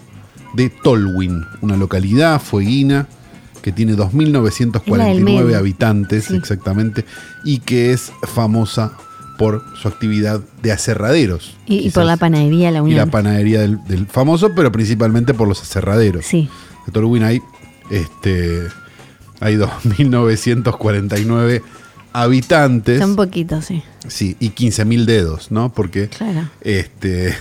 Speaker 1: de Tolwyn, una localidad fueguina que tiene
Speaker 2: Es la del
Speaker 1: 2.949
Speaker 2: medio.
Speaker 1: habitantes
Speaker 2: Sí.
Speaker 1: exactamente y que es famosa por su actividad de aserraderos.
Speaker 2: Y, y por
Speaker 1: Quizás-
Speaker 2: la panadería La
Speaker 1: y
Speaker 2: Unión.
Speaker 1: la panadería del, del famoso, pero principalmente por los aserraderos.
Speaker 2: Sí.
Speaker 1: De Tolwyn hay, este, hay <laughs> 2.949 habitantes.
Speaker 2: Son poquitos, sí.
Speaker 1: Sí, y 15.000 dedos, ¿no? Porque
Speaker 2: Claro.
Speaker 1: este,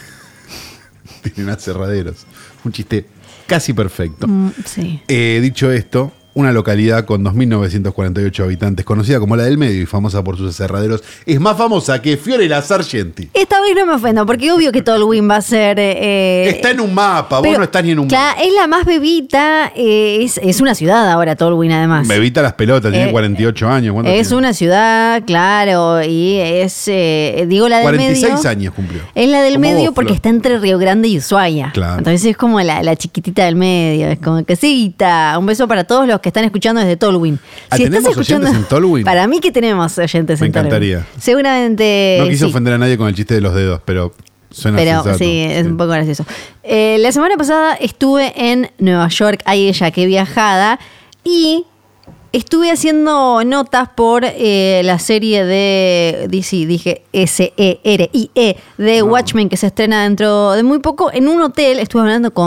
Speaker 1: <laughs> tienen aserraderos. Un chiste casi perfecto.
Speaker 2: Mm, sí.
Speaker 1: Eh, dicho esto, una localidad con 2.948 habitantes, conocida como la del medio y famosa por sus aserraderos, es más famosa que Fiore la Sargenti.
Speaker 2: Esta vez no me ofendo, porque obvio que Tolwyn va a ser. eh,
Speaker 1: Está en un mapa, vos
Speaker 2: pero-
Speaker 1: no estás ni en un mapa.
Speaker 2: Claro, es la más bebita. eh, es, es una ciudad ahora, Tolwyn, además.
Speaker 1: Me evita las pelotas, tiene
Speaker 2: Eh,
Speaker 1: 48 años. ¿cuánto
Speaker 2: Es
Speaker 1: tiene?
Speaker 2: una ciudad, claro, y es. eh, digo, la del
Speaker 1: 46
Speaker 2: medio.
Speaker 1: años cumplió.
Speaker 2: Es la del
Speaker 1: Como
Speaker 2: medio
Speaker 1: vos,
Speaker 2: porque
Speaker 1: Flor.
Speaker 2: está entre Río Grande y Ushuaia.
Speaker 1: Claro.
Speaker 2: Entonces es como la, la chiquitita del medio, es como que cita. Un beso para todos los que están escuchando desde Tolwyn.
Speaker 1: Ah, ¿tenemos oyentes en Tolwyn?
Speaker 2: Para mí que tenemos oyentes
Speaker 1: Me
Speaker 2: en Tolwyn.
Speaker 1: encantaría.
Speaker 2: Seguramente.
Speaker 1: No quise
Speaker 2: Eh, sí.
Speaker 1: ofender a nadie con el chiste de los dedos, pero suena
Speaker 2: Pero
Speaker 1: sensato.
Speaker 2: sí, es
Speaker 1: Sí.
Speaker 2: un poco gracioso. Eh, la semana pasada estuve en Nueva York, ahí ella que viajada, y estuve haciendo notas por eh, la serie de, di- sí, dije E S-E-R-I-E, de
Speaker 1: Ah.
Speaker 2: Watchmen, que se estrena dentro de muy poco. En un hotel estuve hablando con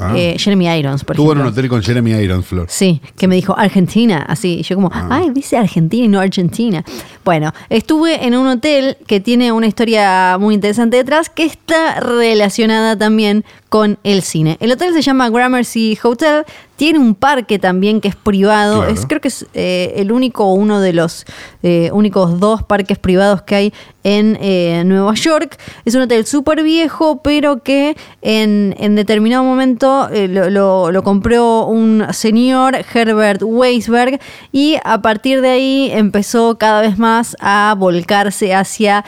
Speaker 1: Ah.
Speaker 2: eh, Jeremy Irons, por
Speaker 1: Estuvo en
Speaker 2: ejemplo.
Speaker 1: un hotel con Jeremy
Speaker 2: <laughs>
Speaker 1: Irons, Flor.
Speaker 2: Sí, que me dijo Argentina, así. y Yo como, ay, dice Argentina y no Argentina. Bueno, estuve en un hotel que tiene una historia muy interesante detrás que está relacionada también con el cine. El hotel se llama Gramercy Hotel, tiene un parque también que es privado,
Speaker 1: Claro.
Speaker 2: es, creo que es eh, el único, o uno de los eh, únicos dos parques privados que hay en eh, Nueva York. Es un hotel súper viejo, pero que en, en determinado momento eh, lo, lo- lo compró un señor, Herbert Weisberg, y a partir de ahí empezó cada vez más a volcarse hacia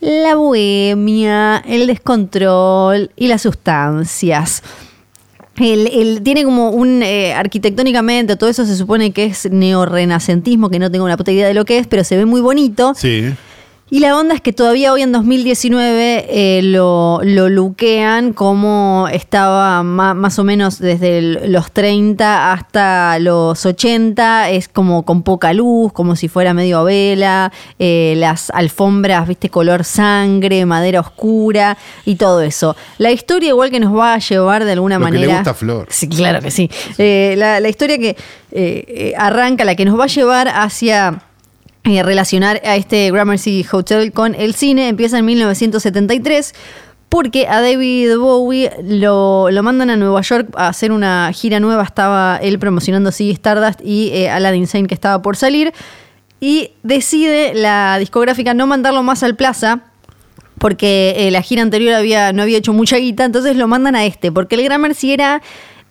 Speaker 2: la bohemia, el descontrol y las sustancias. El, el- tiene como un eh, arquitectónicamente, todo eso se supone que es neorrenacentismo, que no tengo una puta idea de lo que es, pero se ve muy bonito.
Speaker 1: Sí.
Speaker 2: Y la onda es que todavía hoy en 2019 eh, lo, lo luquean como estaba ma- más o menos desde el- los 30 hasta los 80, es como con poca luz, como si fuera medio a vela, eh, las alfombras, viste, color sangre, madera oscura y todo eso. La historia igual que nos va a llevar de alguna
Speaker 1: Lo que le
Speaker 2: manera...
Speaker 1: gusta a Flor.
Speaker 2: Sí, claro que sí. Eh, la, la historia que eh, eh, arranca, la que nos va a llevar hacia eh, relacionar a este Gramercy Hotel con el cine, empieza en 1973. Porque a David Bowie lo, lo mandan a Nueva York a hacer una gira nueva. Estaba él promocionando Ziggy Stardust y eh, Aladdin Sane que estaba por salir. Y decide la discográfica no mandarlo más al Plaza, porque eh, la gira anterior había, no había hecho mucha guita, entonces lo mandan a este, porque el Gramercy era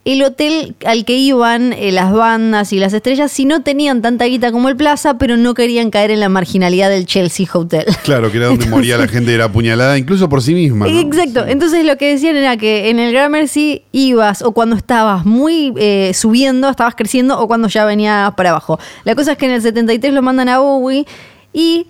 Speaker 2: el hotel al que iban eh, las bandas y las estrellas si no tenían tanta guita como el Plaza, pero no querían caer en la marginalidad del Chelsea Hotel. <laughs>
Speaker 1: Claro, que era donde moría la gente, era apuñalada incluso por sí misma. ¿no?
Speaker 2: Exacto. Entonces lo que decían era que en el Gramercy ibas o cuando estabas muy eh, subiendo, estabas creciendo o cuando ya venía para abajo. La cosa es que en el 73 lo mandan a Bowie y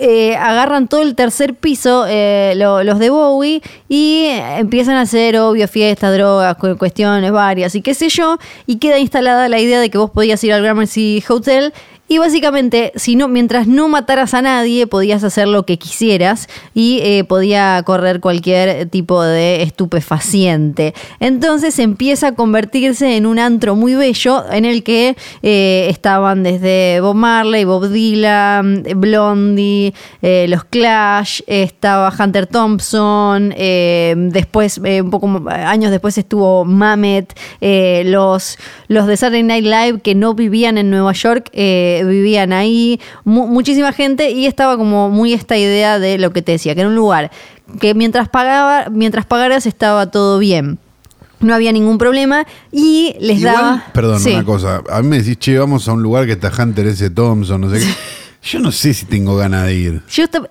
Speaker 2: eh, agarran todo el tercer piso, eh, lo- los de Bowie, y empiezan a hacer, obvio, fiestas, drogas, cu- cuestiones varias y qué sé yo, y queda instalada la idea de que vos podías ir al Gramercy Hotel y básicamente, si no, mientras no mataras a nadie, podías hacer lo que quisieras y eh, podía correr cualquier tipo de estupefaciente. Entonces empieza a convertirse en un antro muy bello en el que eh, estaban desde Bob Marley, Bob Dylan, Blondie, eh, los Clash, estaba Hunter Thompson, eh, después, eh, un poco mo- años después estuvo Mamet, eh, los, los de Saturday Night Live que no vivían en Nueva York, eh, vivían ahí, mu- muchísima gente, y estaba como muy esta idea de lo que te decía, que era un lugar que mientras, pagaba, mientras pagaras estaba todo bien. No había ningún problema y les
Speaker 1: Igual,
Speaker 2: daba.
Speaker 1: Perdón,
Speaker 2: Sí.
Speaker 1: una cosa. A mí me decís, che, vamos
Speaker 2: <laughs>
Speaker 1: a un lugar que está Hunter S. Thompson, no sé qué. Yo no sé si tengo ganas de ir.
Speaker 2: Yo estaba-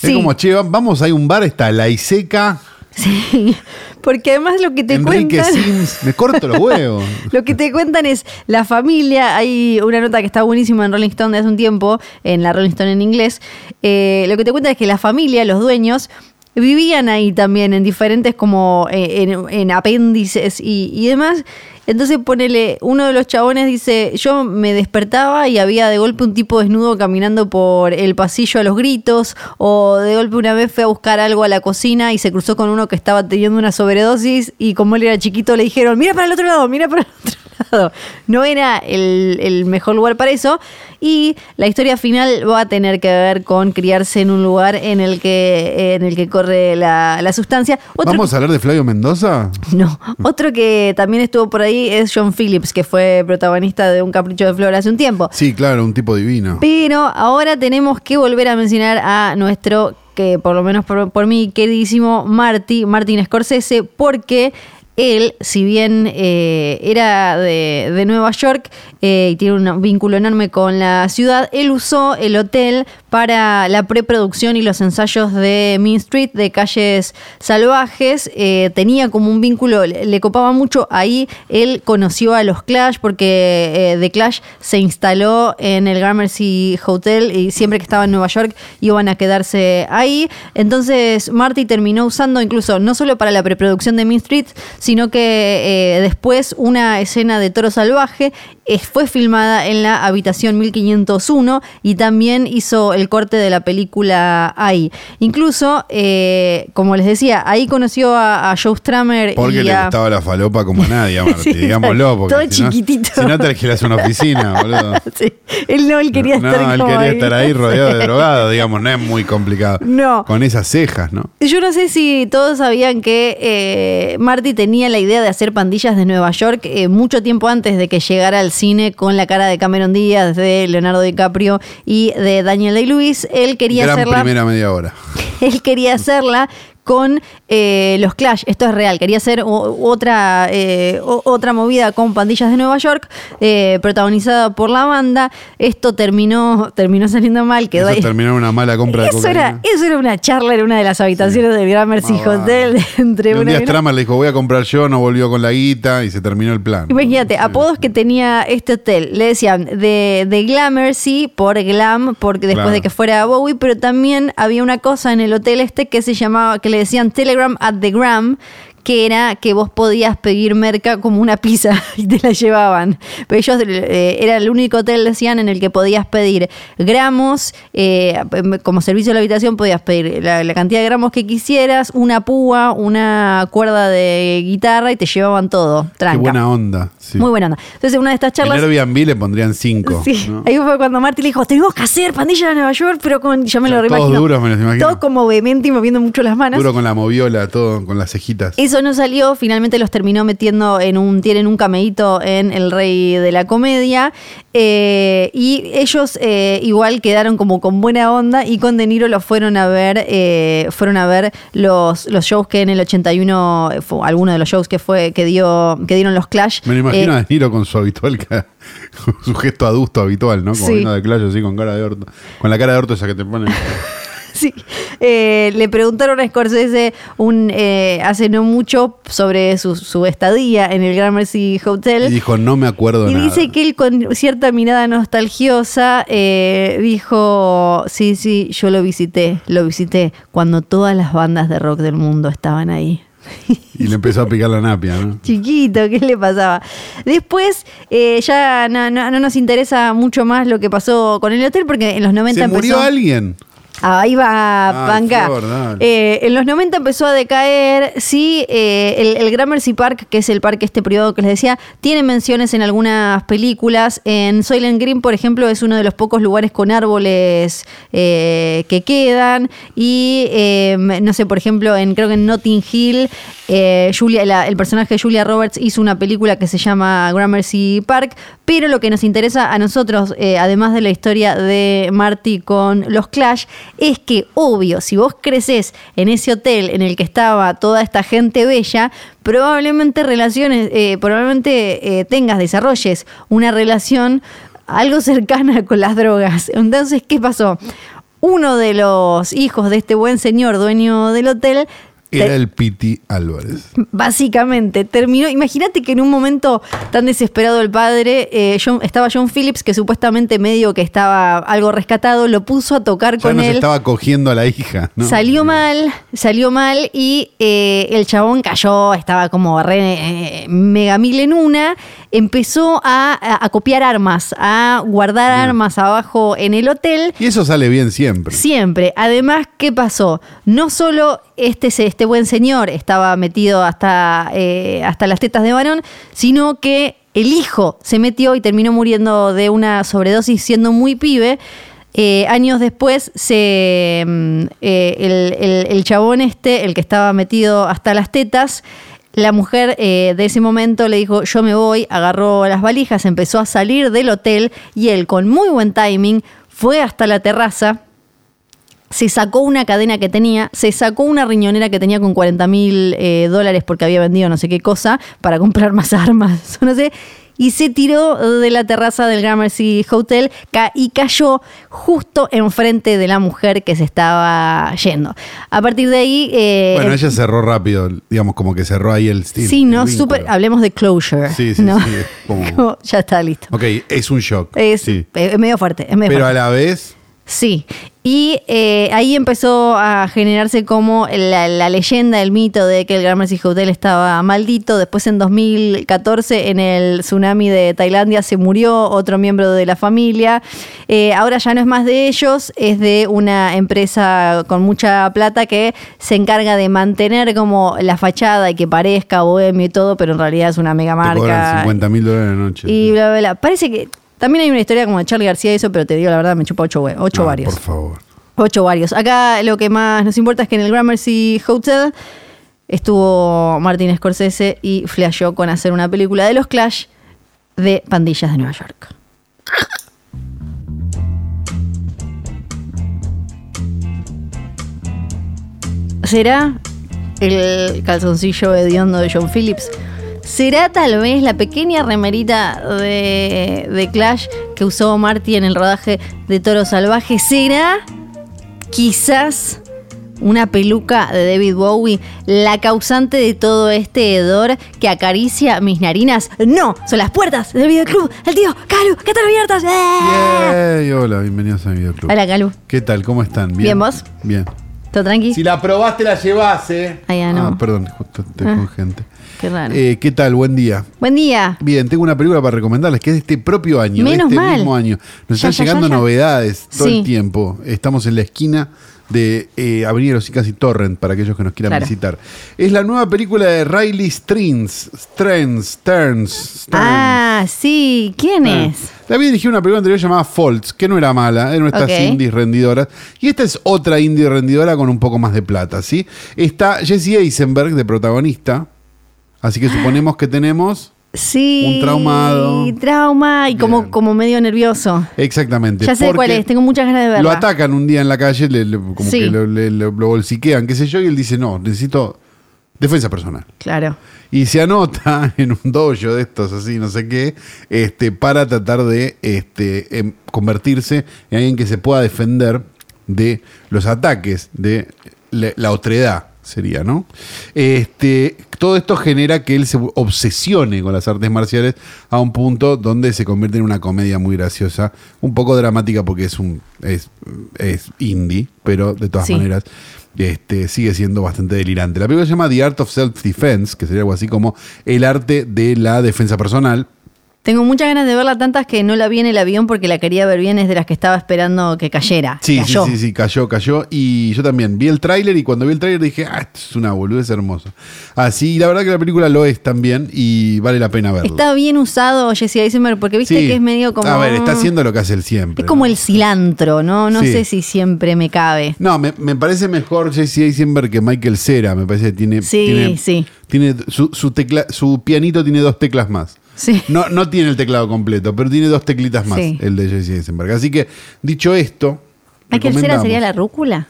Speaker 1: Es como, che, vamos, hay un bar, está la Iseca,
Speaker 2: <laughs> Sí, porque además lo que te
Speaker 1: Enrique
Speaker 2: cuentan...
Speaker 1: Sims, me
Speaker 2: <laughs>
Speaker 1: corto los huevos.
Speaker 2: Lo que te cuentan es la familia. Hay una nota que está buenísima en Rolling Stone de hace un tiempo, en la Rolling Stone en inglés. Eh, lo que te cuentan es que la familia, los dueños, vivían ahí también, en diferentes como eh, en, en apéndices y, y demás. Entonces ponele, uno de los chabones dice, yo me despertaba y había de golpe un tipo desnudo caminando por el pasillo a los gritos, o de golpe una vez fue a buscar algo a la cocina y se cruzó con uno que estaba teniendo una sobredosis y como él era chiquito le dijeron, mira para el otro lado, mira para el otro <laughs> lado. No era el, el mejor lugar para eso. Y la historia final va a tener que ver con criarse en un lugar en el que, en el que corre la, la sustancia. Otro-
Speaker 1: ¿Vamos a hablar de Flavio Mendoza?
Speaker 2: <laughs> no. Otro que también estuvo por ahí es John Phillips, que fue protagonista de Un Capricho de Flor hace un tiempo.
Speaker 1: Sí, claro, un tipo divino.
Speaker 2: Pero ahora tenemos que volver a mencionar a nuestro, que por lo menos por, por mí, queridísimo Marty, Martin Scorsese, porque él, si bien eh, era de, de Nueva York eh, y tiene un vínculo enorme con la ciudad, él usó el hotel para la preproducción y los ensayos de Mean Street, de Calles Salvajes. eh, tenía como un vínculo, le, le copaba mucho. Ahí él conoció a los Clash porque eh, The Clash se instaló en el Gramercy Hotel y siempre que estaba en Nueva York iban a quedarse ahí. Entonces Marty terminó usando incluso no solo para la preproducción de Mean Street, sino que eh, después una escena de Toro Salvaje eh, fue filmada en la habitación 1501 y también hizo el corte de la película ahí. Incluso, eh, como les decía, ahí conoció a, a Joe Stramer
Speaker 1: Porque
Speaker 2: y
Speaker 1: le
Speaker 2: a-
Speaker 1: gustaba la falopa como
Speaker 2: <laughs>
Speaker 1: a nadie, Marti,
Speaker 2: Sí,
Speaker 1: digámoslo. Porque
Speaker 2: todo
Speaker 1: si no-
Speaker 2: chiquitito.
Speaker 1: Si no, te alquilas
Speaker 2: <laughs>
Speaker 1: una oficina, boludo.
Speaker 2: <laughs> Sí, él no, él quería
Speaker 1: no,
Speaker 2: estar
Speaker 1: él
Speaker 2: como
Speaker 1: quería estar ahí rodeado
Speaker 2: <laughs>
Speaker 1: de drogados, digamos, no es muy complicado.
Speaker 2: No.
Speaker 1: Con esas cejas, ¿no?
Speaker 2: Yo no sé si todos sabían que eh, Marty tenía la idea de hacer pandillas de Nueva York eh, mucho tiempo antes de que llegara al cine con la cara de Cameron Díaz, de Leonardo DiCaprio y de Daniel Day-Lewis. Él quería
Speaker 1: Gran
Speaker 2: hacerla.
Speaker 1: primera media hora.
Speaker 2: <laughs> él quería hacerla con eh, los Clash, esto es real, quería hacer o- otra, eh, o- otra movida con Pandillas de Nueva York, eh, protagonizada por la banda, esto terminó, terminó saliendo mal, quedó
Speaker 1: Eso
Speaker 2: ahí.
Speaker 1: terminó en una mala compra de
Speaker 2: Eso era,
Speaker 1: cocaína.
Speaker 2: eso era una charla en una de las habitaciones del Gramercy
Speaker 1: Ah, va.
Speaker 2: Hotel <laughs>
Speaker 1: Y
Speaker 2: entre
Speaker 1: un
Speaker 2: una
Speaker 1: día
Speaker 2: y una-
Speaker 1: Stramer le dijo, voy a comprar yo, no volvió con la guita y se terminó el plan.
Speaker 2: Imagínate, apodos que tenía este hotel. Le decían de, de Glamercy por Glam, porque después
Speaker 1: Claro.
Speaker 2: de que fuera Bowie, pero también había una cosa en el hotel este que se llamaba, que le decían Telegram at the Gram, que era que vos podías pedir merca como una pizza <laughs> y te la llevaban. Pero ellos eh, era el único hotel, decían, en el que podías pedir gramos, eh, como servicio de la habitación podías pedir la, la cantidad de gramos que quisieras, una púa, una cuerda de guitarra y te llevaban todo. Tranca.
Speaker 1: Qué buena onda. sí.
Speaker 2: Muy buena onda. Entonces, en una de estas
Speaker 1: En
Speaker 2: charlas.
Speaker 1: Airbnb le pondrían cinco.
Speaker 2: Sí,
Speaker 1: ¿no?
Speaker 2: ahí fue cuando Marty le dijo, tenemos que hacer pandilla de Nueva York, pero con. Yo me lo
Speaker 1: Todos
Speaker 2: reimagino.
Speaker 1: duros, me los imagino.
Speaker 2: Todo como vehemente y moviendo mucho las manos.
Speaker 1: Duro con la moviola, todo, con las cejitas.
Speaker 2: Eso no salió, finalmente los terminó metiendo en un, tienen un cameíto en El Rey de la Comedia. eh, y ellos eh, igual quedaron como con buena onda y con De Niro los fueron a ver, eh, fueron a ver los, los shows que en el 81, eh, fue alguno de los shows que fue, que dio, que dieron los Clash.
Speaker 1: Me lo
Speaker 2: eh,
Speaker 1: imagino a De Niro con su habitual, ca- con su gesto adusto habitual, ¿no? Como
Speaker 2: Sí.
Speaker 1: vino de Clash así con cara de orto. Con la cara de orto esa que te ponen.
Speaker 2: Sí. Eh, le preguntaron a Scorsese un, eh, hace no mucho sobre su, su estadía en el Gramercy <laughs>
Speaker 1: Y
Speaker 2: Hotel.
Speaker 1: dijo, no me acuerdo
Speaker 2: Y
Speaker 1: nada.
Speaker 2: dice que él con cierta mirada nostalgiosa eh, dijo, sí, sí, yo lo visité, lo visité cuando todas las bandas de rock del mundo estaban ahí.
Speaker 1: Y le empezó a picar la napia, ¿no?
Speaker 2: Chiquito, ¿qué le pasaba? Después eh, ya no, no- no nos interesa mucho más lo que pasó con el hotel porque en los 90
Speaker 1: ¿Se murió
Speaker 2: empezó-
Speaker 1: alguien?
Speaker 2: Ahí va,
Speaker 1: Ah,
Speaker 2: Panca.
Speaker 1: Flor, dale.
Speaker 2: Eh, en los 90 empezó a decaer. Sí, eh, el, el Gramercy Park, que es el parque este privado que les decía, tiene menciones en algunas películas. En Soylent Green, por ejemplo, es uno de los pocos lugares con árboles eh, que quedan. Y eh, no sé, por ejemplo, en creo que en Notting Hill, eh, Julia, la- el personaje de Julia Roberts hizo una película que se llama Gramercy Park. Pero lo que nos interesa a nosotros, eh, además de la historia de Marty con los Clash, es que, obvio, si vos creces en ese hotel en el que estaba toda esta gente bella, probablemente relaciones, eh, probablemente eh, tengas, desarrolles <laughs> una relación algo cercana con las drogas. Entonces, ¿qué pasó? uno de los hijos de este buen señor dueño del hotel
Speaker 1: Era el Piti Álvarez.
Speaker 2: Básicamente, terminó. Imagínate que en un momento tan desesperado el padre, eh, John- estaba John Phillips, que supuestamente medio que estaba algo rescatado, lo puso a tocar
Speaker 1: Ya
Speaker 2: con
Speaker 1: nos
Speaker 2: él.
Speaker 1: estaba cogiendo a la hija, ¿no?
Speaker 2: Salió mal, salió mal y eh, el chabón cayó, estaba como re eh, mega mil en una. Empezó a, a- a copiar armas, a guardar armas abajo en el hotel.
Speaker 1: Y eso sale bien siempre.
Speaker 2: Siempre. Además, ¿qué pasó? No solo este, se- este buen señor estaba metido hasta, eh, hasta las tetas de varón, sino que el hijo se metió y terminó muriendo de una sobredosis siendo muy pibe. Eh, años después, se, mm, eh, el, el- el chabón este, el que estaba metido hasta las tetas, la mujer eh, de ese momento le dijo, yo me voy, agarró las valijas, empezó a salir del hotel y él, con muy buen timing, fue hasta la terraza, se sacó una cadena que tenía, se sacó una riñonera que tenía con 40 mil eh, dólares porque había vendido no sé qué cosa para comprar más <laughs> armas, o no sé, y se tiró de la terraza del Gramercy Hotel ca- y cayó justo enfrente de la mujer que se estaba yendo. A partir de ahí... eh,
Speaker 1: Bueno,
Speaker 2: el-
Speaker 1: ella cerró rápido, digamos, como que cerró ahí el
Speaker 2: Sí,
Speaker 1: estilo.
Speaker 2: no, súper. Hablemos de closure.
Speaker 1: Sí, sí,
Speaker 2: ¿no?
Speaker 1: sí, es como-
Speaker 2: Como, <laughs> ya está listo.
Speaker 1: Ok, es un shock.
Speaker 2: Es,
Speaker 1: sí.
Speaker 2: es medio fuerte, es medio
Speaker 1: Pero
Speaker 2: fuerte.
Speaker 1: a la vez,
Speaker 2: Sí, y eh, ahí empezó a generarse como la, la leyenda, el mito de que el Gramercy Hotel estaba maldito. Después en 2014 en el tsunami de Tailandia se murió otro miembro de la familia. Eh, ahora ya no es más de ellos, es de una empresa con mucha plata que se encarga de mantener como la fachada y que parezca bohemio y todo, pero en realidad es una mega
Speaker 1: te cobran
Speaker 2: marca.
Speaker 1: 50 mil dólares la noche. Ah,
Speaker 2: Y bla, bla, bla. Parece que también hay una historia como de Charlie García y eso, pero te digo la verdad, me chupa ocho, hue- ocho
Speaker 1: No,
Speaker 2: varios.
Speaker 1: Por favor.
Speaker 2: Ocho varios. Acá lo que más nos importa es que en el Gramercy Hotel estuvo Martin Scorsese y flasheó con hacer una película de los Clash de pandillas de Nueva York. ¿Será el calzoncillo hediondo de John Phillips? ¿Será tal vez la pequeña remerita de, de Clash que usó Marty en el rodaje de Toro Salvaje? ¿Será quizás una peluca de David Bowie la causante de todo este hedor que acaricia mis narinas? No, son las puertas del videoclub. El tío, Calu, que están abiertas. ¡Ah!
Speaker 1: Yay, hola, bienvenidos a mi videoclub.
Speaker 2: Hola, Calu.
Speaker 1: ¿Qué tal? ¿Cómo están?
Speaker 2: Bien, ¿vos?
Speaker 1: Bien.
Speaker 2: ¿Todo tranqui?
Speaker 1: Si la probaste, la llevás, ¿eh?
Speaker 2: Ah, ya no.
Speaker 1: Ah, perdón, justo estoy
Speaker 2: Ah.
Speaker 1: con gente.
Speaker 2: Qué raro.
Speaker 1: Eh, ¿Qué tal? Buen día.
Speaker 2: Buen día.
Speaker 1: Bien, tengo una película para recomendarles que es de este propio año, de
Speaker 2: Menos
Speaker 1: este
Speaker 2: mal.
Speaker 1: mismo año. Nos
Speaker 2: Ya,
Speaker 1: están
Speaker 2: ya,
Speaker 1: llegando
Speaker 2: ya, ya.
Speaker 1: novedades todo
Speaker 2: Sí.
Speaker 1: el tiempo. Estamos en la esquina de eh, Avenida Los Incas y Torrent para aquellos que nos quieran
Speaker 2: Claro.
Speaker 1: visitar. Es la nueva película de Riley Strings, Strens, Turns,
Speaker 2: Ah, sí. ¿Quién es?
Speaker 1: Ah. También dirigió una película anterior llamada Faults, que no era mala, era una de estas
Speaker 2: Ok.
Speaker 1: indies rendidoras. Y esta es otra indie rendidora con un poco más de plata, ¿sí? Está Jesse Eisenberg de protagonista. Así que suponemos que tenemos.
Speaker 2: Sí.
Speaker 1: Un traumado.
Speaker 2: Trauma y como,
Speaker 1: Bien.
Speaker 2: como medio nervioso.
Speaker 1: Exactamente.
Speaker 2: Ya sé
Speaker 1: porque
Speaker 2: cuál es, tengo muchas ganas de verla.
Speaker 1: Lo atacan un día en la calle, le- le- como
Speaker 2: Sí.
Speaker 1: que lo, le- lo- lo bolsiquean, qué sé yo, y él dice: No, necesito defensa personal.
Speaker 2: Claro.
Speaker 1: Y se anota <laughs> en un dojo de estos, así, no sé qué, este, para tratar de este, em- convertirse en alguien que se pueda defender de los ataques de la, la otredad, sería, ¿no? Este, todo esto genera que él se obsesione con las artes marciales a un punto donde se convierte en una comedia muy graciosa, un poco dramática porque es un es, es indie, pero de todas
Speaker 2: Sí.
Speaker 1: maneras este, sigue siendo bastante delirante. La película se llama The Art of Self-Defense, que sería algo así como el arte de la defensa personal.
Speaker 2: Tengo muchas ganas de verla, tantas que no la vi en el avión porque la quería ver bien, es de las que estaba esperando que cayera.
Speaker 1: Sí, sí,
Speaker 2: Cayó.
Speaker 1: sí, sí, cayó, cayó. Y yo también vi el tráiler y cuando vi el tráiler dije, ah, esto es una boludez hermosa. Así, y la verdad que la película lo es también y vale la pena verla.
Speaker 2: Está bien usado Jesse Eisenberg porque viste
Speaker 1: Sí.
Speaker 2: que es medio como.
Speaker 1: A ver, está haciendo lo que hace él siempre.
Speaker 2: Es como
Speaker 1: ¿no?
Speaker 2: el cilantro, ¿no? No
Speaker 1: Sí.
Speaker 2: sé si siempre me cabe.
Speaker 1: No, me, me parece mejor J.C. Eisenberg que Michael Cera. Me parece que tiene.
Speaker 2: Sí,
Speaker 1: tiene,
Speaker 2: sí.
Speaker 1: tiene su, su tecla, su pianito tiene dos teclas más.
Speaker 2: Sí.
Speaker 1: No, no tiene el teclado completo, pero tiene dos teclitas más,
Speaker 2: Sí.
Speaker 1: el de J.C. Eisenberg. Así que, dicho esto.
Speaker 2: Michael Cera
Speaker 1: recomendamos-
Speaker 2: sería la rúcula.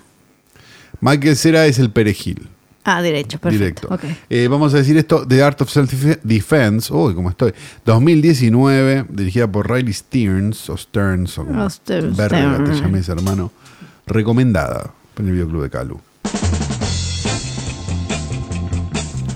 Speaker 1: Michael Cera es el perejil.
Speaker 2: Ah, derecho, perfecto.
Speaker 1: Directo.
Speaker 2: Ok.
Speaker 1: Eh, vamos a decir esto: The Art of Self-Defense. Uy, cómo estoy. 2019, dirigida por Riley Stearns o Stearns. O como
Speaker 2: Los Stearns.
Speaker 1: verga te llames, hermano. recomendada en el videoclub de Calu.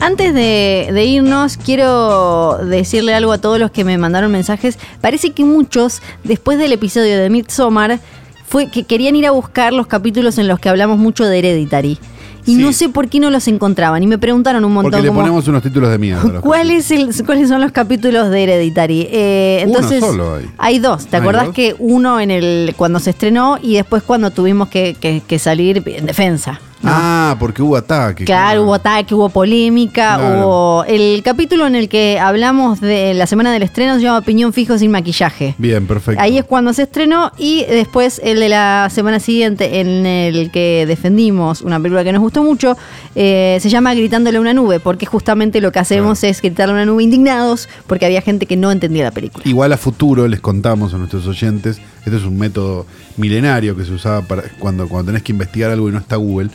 Speaker 2: Antes de, de irnos, quiero decirle algo a todos los que me mandaron mensajes. Parece que muchos, después del episodio de Midsommar, fue que querían ir a buscar los capítulos en los que hablamos mucho de Hereditary. Y
Speaker 1: Sí.
Speaker 2: no sé por qué no los encontraban. Y me preguntaron un montón
Speaker 1: Porque le
Speaker 2: como, <laughs>
Speaker 1: ponemos unos títulos de mierda. a los
Speaker 2: ¿Cuál es el- ¿Cuáles son los capítulos de Hereditary? Eh,
Speaker 1: Uno
Speaker 2: entonces,
Speaker 1: solo hay.
Speaker 2: dos. ¿Te
Speaker 1: ¿Hay
Speaker 2: acordás
Speaker 1: dos?
Speaker 2: que uno en el cuando se estrenó y después cuando tuvimos que, que- que salir en defensa? ¿no?
Speaker 1: Ah, porque hubo ataque.
Speaker 2: Claro, hubo ataque, hubo polémica,
Speaker 1: Claro.
Speaker 2: hubo... El capítulo en el que hablamos de la semana del estreno se llama Opinión Fijo sin maquillaje.
Speaker 1: Bien, perfecto.
Speaker 2: Ahí es cuando se estrenó y después el de la semana siguiente en el que defendimos una película que nos gustó mucho, eh, se llama Gritándole a una nube, porque justamente lo que hacemos es gritarle a una nube indignados porque había gente que no entendía la película.
Speaker 1: Igual a futuro les contamos a nuestros oyentes, este es un método milenario que se usaba para cuando, cuando tenés que investigar algo y no está Google,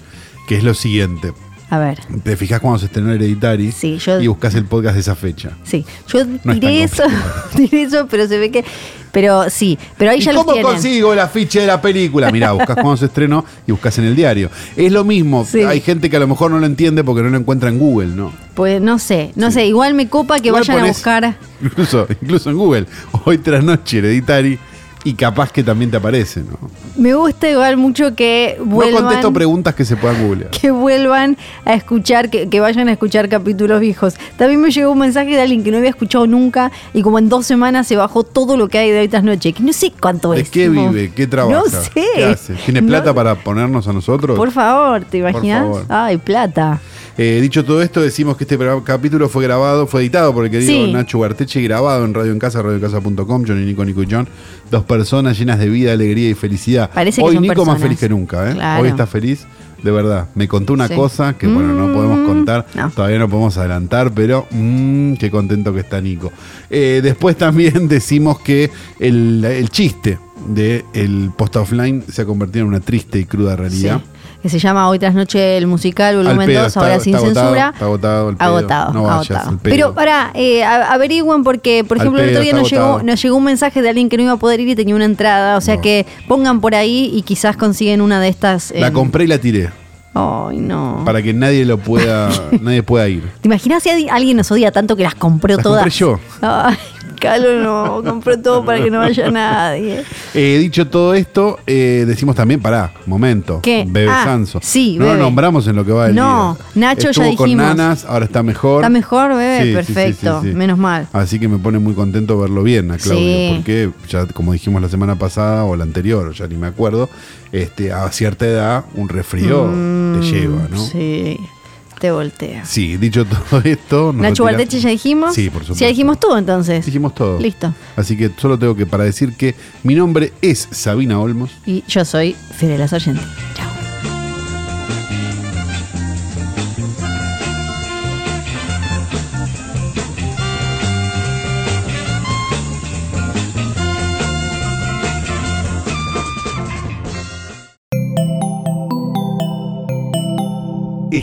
Speaker 1: que es lo siguiente.
Speaker 2: A ver,
Speaker 1: Te fijas cuando se estrenó Hereditary
Speaker 2: Sí, yo-
Speaker 1: y buscas el podcast de esa fecha.
Speaker 2: sí, yo
Speaker 1: tan
Speaker 2: tiré eso, <laughs> tiré eso, pero se ve que... Pero sí, pero ahí
Speaker 1: ¿Y
Speaker 2: ya lo
Speaker 1: cómo
Speaker 2: tienen.
Speaker 1: consigo la ficha de la
Speaker 2: <laughs>
Speaker 1: película? Mirá, buscas cuando se estrenó y buscas en el diario. Es lo mismo,
Speaker 2: Sí.
Speaker 1: hay gente que a lo mejor no lo entiende porque no lo encuentra en Google, ¿no?
Speaker 2: Pues no sé, no sé, igual me copa que
Speaker 1: Igual
Speaker 2: vayan a
Speaker 1: ponés-
Speaker 2: buscar...
Speaker 1: Incluso, incluso en Google, hoy tras noche Hereditary y capaz que también te aparece, ¿no?
Speaker 2: Me gusta igual mucho que
Speaker 1: No
Speaker 2: vuelvan...
Speaker 1: contesto preguntas que se puedan googlear.
Speaker 2: <laughs> que vuelvan a escuchar, que, que vayan a escuchar capítulos viejos. También me llegó un mensaje de alguien que no había escuchado nunca y como en dos semanas se bajó todo lo que hay de ahorita noche, que no sé cuánto
Speaker 1: ¿De
Speaker 2: es.
Speaker 1: qué
Speaker 2: tipo,
Speaker 1: vive? ¿Qué trabaja?
Speaker 2: No sé.
Speaker 1: ¿Qué hace? ¿Tiene
Speaker 2: No-
Speaker 1: plata para ponernos a nosotros?
Speaker 2: Por favor, ¿te imaginas?
Speaker 1: favor.
Speaker 2: Ay, plata.
Speaker 1: Eh, dicho todo esto, decimos que este programa- capítulo fue grabado, fue editado por el querido
Speaker 2: Sí.
Speaker 1: Nacho Guarteche, grabado en Radio en Casa, radioencasa.com, Johnny Nico, Nico y John. Dos personas llenas de vida, alegría y felicidad.
Speaker 2: Parece que
Speaker 1: Hoy
Speaker 2: son
Speaker 1: Nico más
Speaker 2: personas.
Speaker 1: feliz que nunca, ¿eh?
Speaker 2: Claro.
Speaker 1: Hoy está feliz, de verdad. Me contó una
Speaker 2: Sí.
Speaker 1: cosa que, bueno, no podemos
Speaker 2: Mm,
Speaker 1: contar,
Speaker 2: no.
Speaker 1: todavía no podemos adelantar, pero mmm, qué contento que está Nico. Eh, después también <laughs> decimos que el, el chiste del el post offline se ha convertido en una triste y cruda realidad.
Speaker 2: Sí. Que se llama Hoy tras noche el musical
Speaker 1: Al
Speaker 2: volumen
Speaker 1: pedo,
Speaker 2: 2,
Speaker 1: está-
Speaker 2: ahora
Speaker 1: está
Speaker 2: sin
Speaker 1: agotado,
Speaker 2: censura.
Speaker 1: está agotado, al pedo.
Speaker 2: agotado,
Speaker 1: No vayas,
Speaker 2: agotado.
Speaker 1: al pedo.
Speaker 2: Pero para, averigüen porque, por
Speaker 1: Al
Speaker 2: ejemplo, el
Speaker 1: pedo,
Speaker 2: otro día
Speaker 1: está
Speaker 2: nos llegó,
Speaker 1: agotado.
Speaker 2: nos llegó un mensaje de alguien que no iba a poder ir y tenía una entrada. O sea
Speaker 1: No.
Speaker 2: que pongan por ahí y quizás consiguen una de estas.
Speaker 1: La
Speaker 2: en-
Speaker 1: compré y la tiré.
Speaker 2: Ay, no.
Speaker 1: Para que nadie
Speaker 2: <laughs>
Speaker 1: lo pueda, nadie pueda ir.
Speaker 2: ¿Te imaginas si alguien- alguien nos odia tanto que las compró
Speaker 1: Las
Speaker 2: todas?
Speaker 1: compré yo.
Speaker 2: Ay, Calo no, compró todo para que no vaya nadie.
Speaker 1: Eh, dicho todo esto, eh, decimos también, pará, momento.
Speaker 2: ¿Qué?
Speaker 1: Bebe
Speaker 2: Ah,
Speaker 1: Sanso.
Speaker 2: sí,
Speaker 1: no
Speaker 2: Bebe.
Speaker 1: lo nombramos en lo que va del
Speaker 2: No,
Speaker 1: día.
Speaker 2: Nacho ya
Speaker 1: Estuvo con
Speaker 2: dijimos.
Speaker 1: Nanas, ahora está mejor.
Speaker 2: Está mejor, Bebe, perfecto, menos mal.
Speaker 1: Así que me pone muy contento verlo bien a Claudio,
Speaker 2: Sí.
Speaker 1: porque ya como dijimos la semana pasada o la anterior, ya ni me acuerdo, este, a cierta edad un resfrío te lleva, ¿no?
Speaker 2: Mm, Sí, te voltea.
Speaker 1: Sí, dicho <laughs> todo esto. nos
Speaker 2: Nacho
Speaker 1: retiramos.
Speaker 2: Guardeche ya dijimos.
Speaker 1: Sí, por supuesto.
Speaker 2: Ya dijimos todo entonces.
Speaker 1: Dijimos todo.
Speaker 2: Listo.
Speaker 1: Así que solo tengo que para decir que mi nombre es Sabina Olmos.
Speaker 2: Y yo soy Fidel Sargenti. Chao.